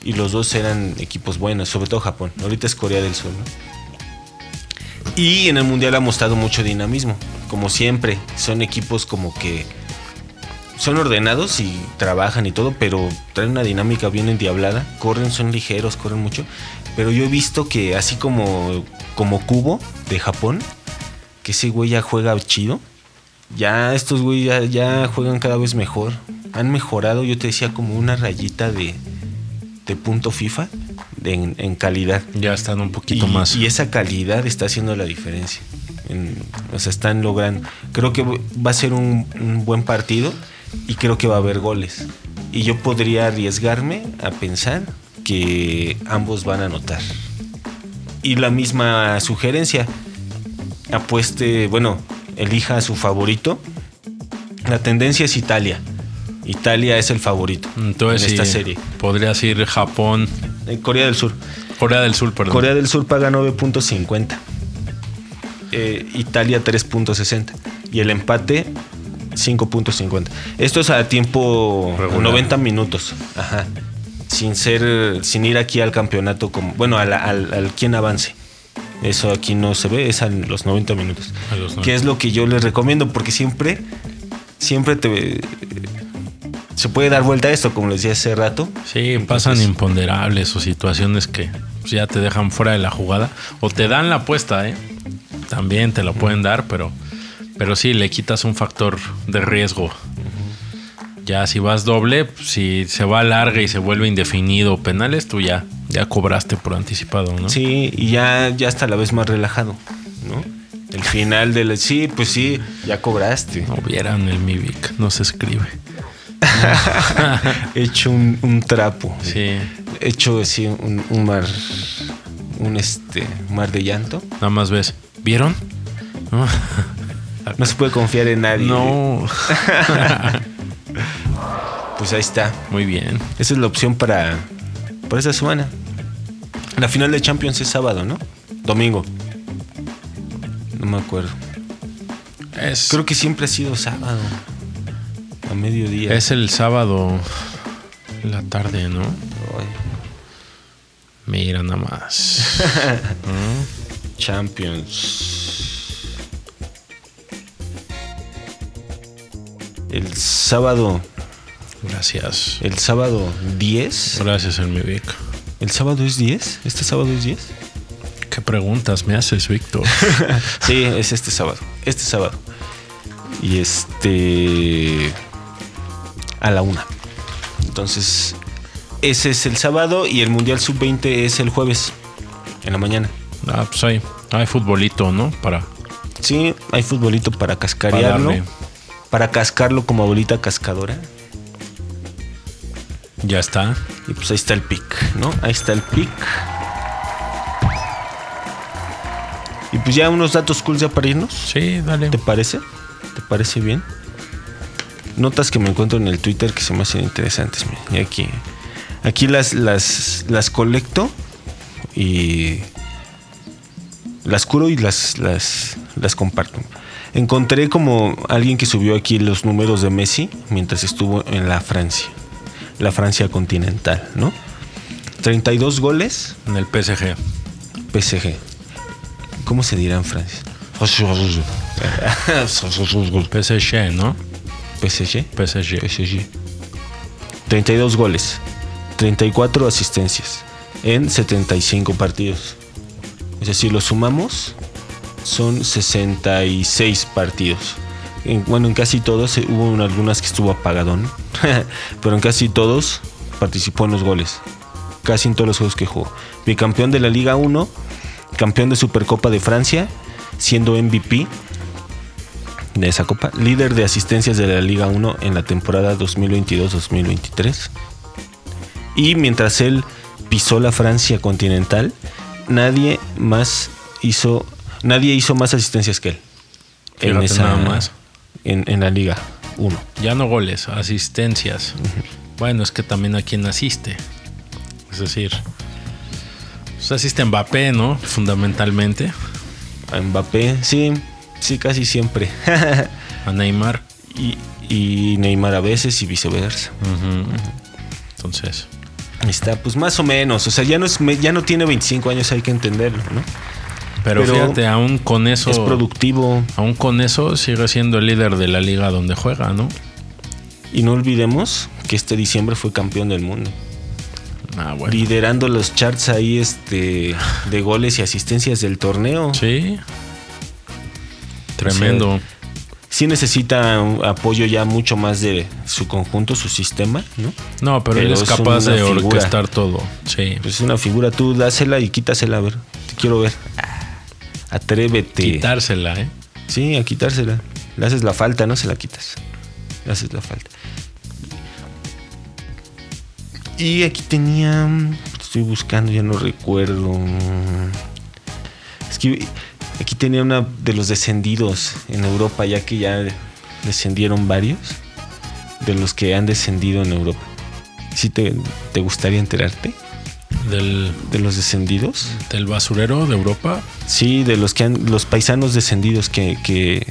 S3: Y los dos eran equipos buenos, sobre todo Japón. Ahorita es Corea del Sur, ¿no? Y en el Mundial ha mostrado mucho dinamismo. Como siempre, son equipos como que son ordenados y trabajan y todo, pero traen una dinámica bien endiablada. Corren, son ligeros, corren mucho. Pero yo he visto que así como, como Kubo de Japón, que ese güey ya juega chido. Ya estos güey ya, ya juegan cada vez mejor. Han mejorado, yo te decía, como una rayita de, de punto FIFA de- en, en calidad.
S4: Ya están un poquito
S3: y,
S4: más.
S3: y esa calidad está haciendo la diferencia. En- o sea, están logrando. Creo que va a ser un, un buen partido y creo que va a haber goles. Y yo podría arriesgarme a pensar que ambos van a anotar. Y la misma sugerencia, apueste, bueno, elija a su favorito. La tendencia es Italia. Italia es el favorito
S4: Entonces,
S3: en esta
S4: sí,
S3: serie.
S4: podrías ir Japón,
S3: En Corea del Sur.
S4: Corea del Sur, perdón.
S3: Corea del Sur paga 9.50. Eh, Italia 3.60. Y el empate 5.50. Esto es a tiempo
S4: Regular.
S3: 90 minutos. Ajá. Sin ser. Sin ir aquí al campeonato como. Bueno, al, al, al quien avance. Eso aquí no se ve, es a los 90 minutos.
S4: A los 90.
S3: Que es lo que yo les recomiendo, porque siempre. Siempre te. Se puede dar vuelta a esto, como les decía hace rato.
S4: Sí, pasan imponderables o situaciones que pues, ya te dejan fuera de la jugada o te dan la apuesta, ¿eh? También te la pueden dar, pero, pero sí, le quitas un factor de riesgo. Ya si vas doble, si se va larga y se vuelve indefinido o penales, tú ya Ya cobraste por anticipado, ¿no?
S3: Sí, y ya, ya hasta la vez más relajado, ¿no? El final de la... Sí, pues sí, ya cobraste.
S4: No vieran el MIVIC, no se escribe.
S3: Hecho un, un trapo.
S4: Sí.
S3: Hecho así un, un mar... Un este... Mar de llanto.
S4: Nada más ves. ¿Vieron? No.
S3: No se puede confiar en nadie.
S4: No.
S3: Pues ahí está.
S4: Muy bien.
S3: Esa es la opción para, para esta semana. La final de Champions es sábado, ¿no? Domingo. No me acuerdo.
S4: Es,
S3: Creo que siempre ha sido sábado. A mediodía.
S4: es el sábado en la tarde, ¿no?
S3: Ay,
S4: Mira nada más.
S3: Champions. El sábado.
S4: Gracias.
S3: El sábado 10.
S4: Gracias, el MIVIC.
S3: ¿El sábado es 10? ¿Este sábado es 10?
S4: ¿Qué preguntas me haces, Víctor?
S3: Sí, es este sábado. Este sábado. Y este. A la una. Entonces, ese es el sábado y el Mundial Sub-20 es el jueves. En la mañana.
S4: Ah, pues hay, hay futbolito, ¿no? Para,
S3: Sí, hay futbolito para
S4: para
S3: cascarearlo.
S4: darle.
S3: Para cascarlo como abuelita cascadora.
S4: Ya está.
S3: Y pues ahí está el pick, ¿no? Ahí está el pick. Y pues ya unos datos cool ya para irnos.
S4: Sí, dale.
S3: ¿Te parece? ¿Te parece bien? Notas que me encuentro en el Twitter que se me hacen interesantes. mira, Y aquí, aquí las, las, las colecto y las curo y las, las, las comparto. Encontré como alguien que subió aquí los números de Messi mientras estuvo en la Francia, la Francia continental, ¿no? 32 goles,
S4: En el PSG.
S3: PSG. ¿Cómo se dirá en Francia?
S4: PSG, ¿no?
S3: PSG.
S4: PSG.
S3: PSG. 32 goles, 34 asistencias en 75 partidos. Es decir, lo sumamos, son 66 partidos. En- bueno, en casi todos, eh, hubo en algunas que estuvo apagadón, pero en casi todos participó en los goles. Casi en todos los juegos que jugó. Bicampeón de la Liga 1, campeón de Supercopa de Francia, siendo MVP de esa copa, líder de asistencias de la Liga 1 en la temporada 2022-2023. Y mientras él pisó la Francia continental, nadie más hizo nadie hizo más asistencias que él.
S4: Fíjate nada más.
S3: En, en la Liga 1.
S4: Ya no goles, asistencias. Bueno, es que también a quien asiste. Es decir, pues asiste Mbappé, ¿no? Fundamentalmente.
S3: A Mbappé, sí, sí, casi siempre.
S4: A Neymar.
S3: y, y Neymar a veces y viceversa.
S4: Ujú. Entonces,
S3: Ahí Está, pues más o menos. O sea, ya no, es, ya no tiene 25 años, hay que entenderlo, ¿no?
S4: pero,
S3: Pero
S4: fíjate, aún con eso,
S3: Es productivo.
S4: aún con eso sigue siendo el líder de la liga donde juega, ¿no?
S3: Y no olvidemos que este diciembre fue campeón del mundo.
S4: Ah, bueno.
S3: Liderando los charts ahí este, de goles y asistencias del torneo. Sí,
S4: Sí. Tremendo.
S3: necesita un apoyo ya mucho más de su conjunto, su sistema, ¿no?
S4: no, pero, él
S3: pero
S4: es
S3: es
S4: capaz
S3: una
S4: de
S3: figura.
S4: orquestar todo. Sí.
S3: Pues es una figura, tú dásela y quítasela, a ver. Te quiero ver. Atrévete.
S4: Quitársela, ¿eh?
S3: Sí, a quitársela. Le haces la falta, no se la quitas. Le haces la falta. Y aquí tenía. Estoy buscando, ya no recuerdo. Es que aquí tenía una de los descendidos en Europa, ya que ya descendieron varios. De los que han descendido en Europa. ¿Sí te, te gustaría enterarte
S4: Del,
S3: de los descendidos?
S4: del basurero de Europa.
S3: Sí, de los que han, los paisanos descendidos que, que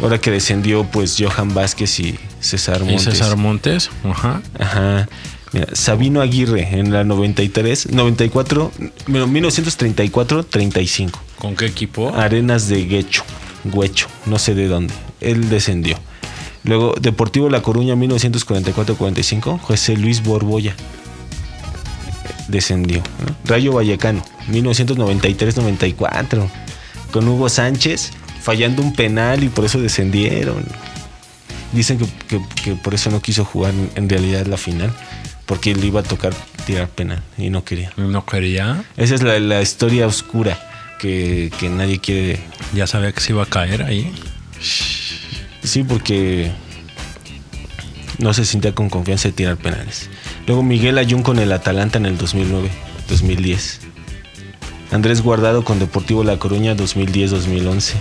S3: ahora que descendió pues Johan Vázquez y César Montes.
S4: Y César Montes. Ajá.
S3: Ajá. Mira, Sabino Aguirre en la 93, 94, bueno, 1934, 35.
S4: ¿Con qué equipo?
S3: Arenas de Guecho, Guecho, no sé de dónde. Él descendió. Luego Deportivo La Coruña 1944-45, José Luis Borboya descendió. ¿no? Rayo Vallecano 1993-94 con Hugo Sánchez fallando un penal y por eso descendieron. Dicen que, que- que por eso no quiso jugar en realidad la final, porque le iba a tocar tirar penal y no quería.
S4: No quería.
S3: Esa es la, la historia oscura que, que nadie quiere.
S4: Ya sabía que se iba a caer ahí.
S3: Sí, porque no se sentía con confianza de tirar penales. Luego Miguel Ayun con el Atalanta en el 2009-2010. Andrés Guardado con Deportivo La Coruña 2010-2011.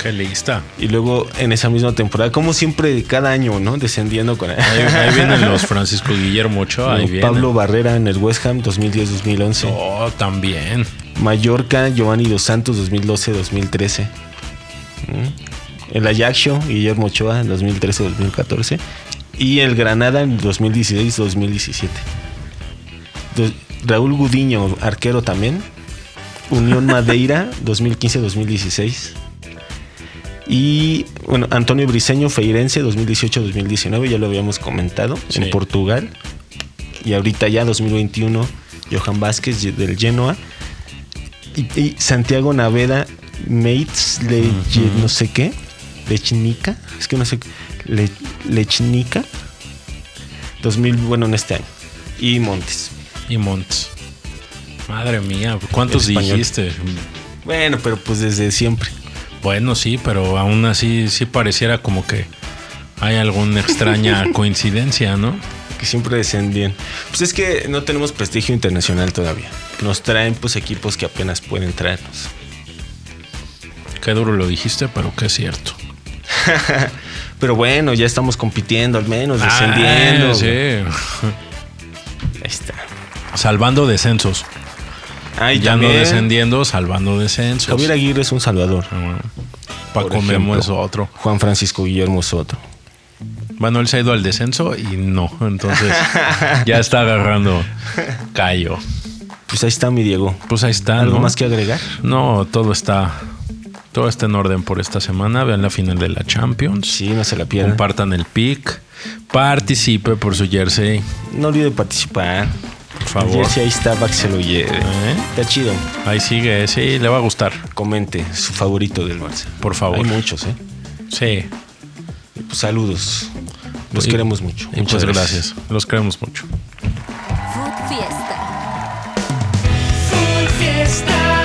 S4: Qué lista.
S3: Y luego en esa misma temporada, como siempre, cada año, ¿no? Descendiendo con
S4: Ahí, ahí vienen los Francisco Guillermo Ochoa. Ahí vienen.
S3: Pablo Barrera en el West Ham 2010-2011.
S4: Oh, también.
S3: Mallorca, Giovanni Dos Santos 2012-2013. ¿Mm? El Ajaccio, Guillermo Ochoa 2013-2014. Y el Granada en 2016-2017. Do- Raúl Gudiño, arquero también. Unión Madeira 2015-2016. Y bueno, Antonio Briseño, Feirense 2018-2019, ya lo habíamos comentado,
S4: Sí.
S3: en Portugal. Y ahorita ya 2021, Johan Vázquez ye- del Genoa. Y, y Santiago Naveda, Mates, le, ye- no sé qué, Lechnica, es que no sé, le, Lechnica, 2000, bueno, en este año. Y Montes.
S4: Y Montes. Madre mía, ¿cuántos
S3: El español.
S4: dijiste?
S3: Bueno, pero pues desde siempre.
S4: Bueno, sí, pero aún así sí pareciera como que hay alguna extraña coincidencia, ¿no?
S3: que siempre descendían. Pues es que no tenemos prestigio internacional todavía. Nos traen pues equipos que apenas pueden traernos.
S4: Qué duro lo dijiste, pero que es cierto.
S3: Pero bueno, ya estamos compitiendo al menos, descendiendo.
S4: Ah,
S3: güey.
S4: sí.
S3: Ahí está.
S4: Salvando descensos.
S3: Ah, y
S4: ya no
S3: también,
S4: descendiendo, salvando descensos.
S3: Javier Aguirre es un salvador.
S4: Ah, bueno.
S3: Por
S4: Paco
S3: ejemplo.
S4: Memo es otro.
S3: Juan Francisco Guillermo es otro.
S4: Bueno, él se ha ido al descenso y no. Entonces ya está agarrando callo.
S3: Pues ahí está mi Diego.
S4: Pues ahí está.
S3: ¿Algo
S4: ¿no?
S3: más que agregar?
S4: No, todo está. Todo está en orden por esta semana. Vean la final de la Champions.
S3: Sí, no se la pierdan.
S4: Compartan el pick. Participe por su jersey,
S3: No olvide participar.
S4: por
S3: El
S4: favor.
S3: jersey ahí está para que se lo lleve.
S4: ¿Eh?
S3: Está chido.
S4: Ahí sigue, sí, le va a gustar,
S3: Comente su favorito del Barça.
S4: por favor.
S3: Hay muchos, ¿eh?
S4: Sí,
S3: Pues, saludos. Los
S4: Y-
S3: queremos mucho.
S4: y muchas pues, gracias. Los queremos mucho.
S2: Food Fiesta.
S1: Full fiesta.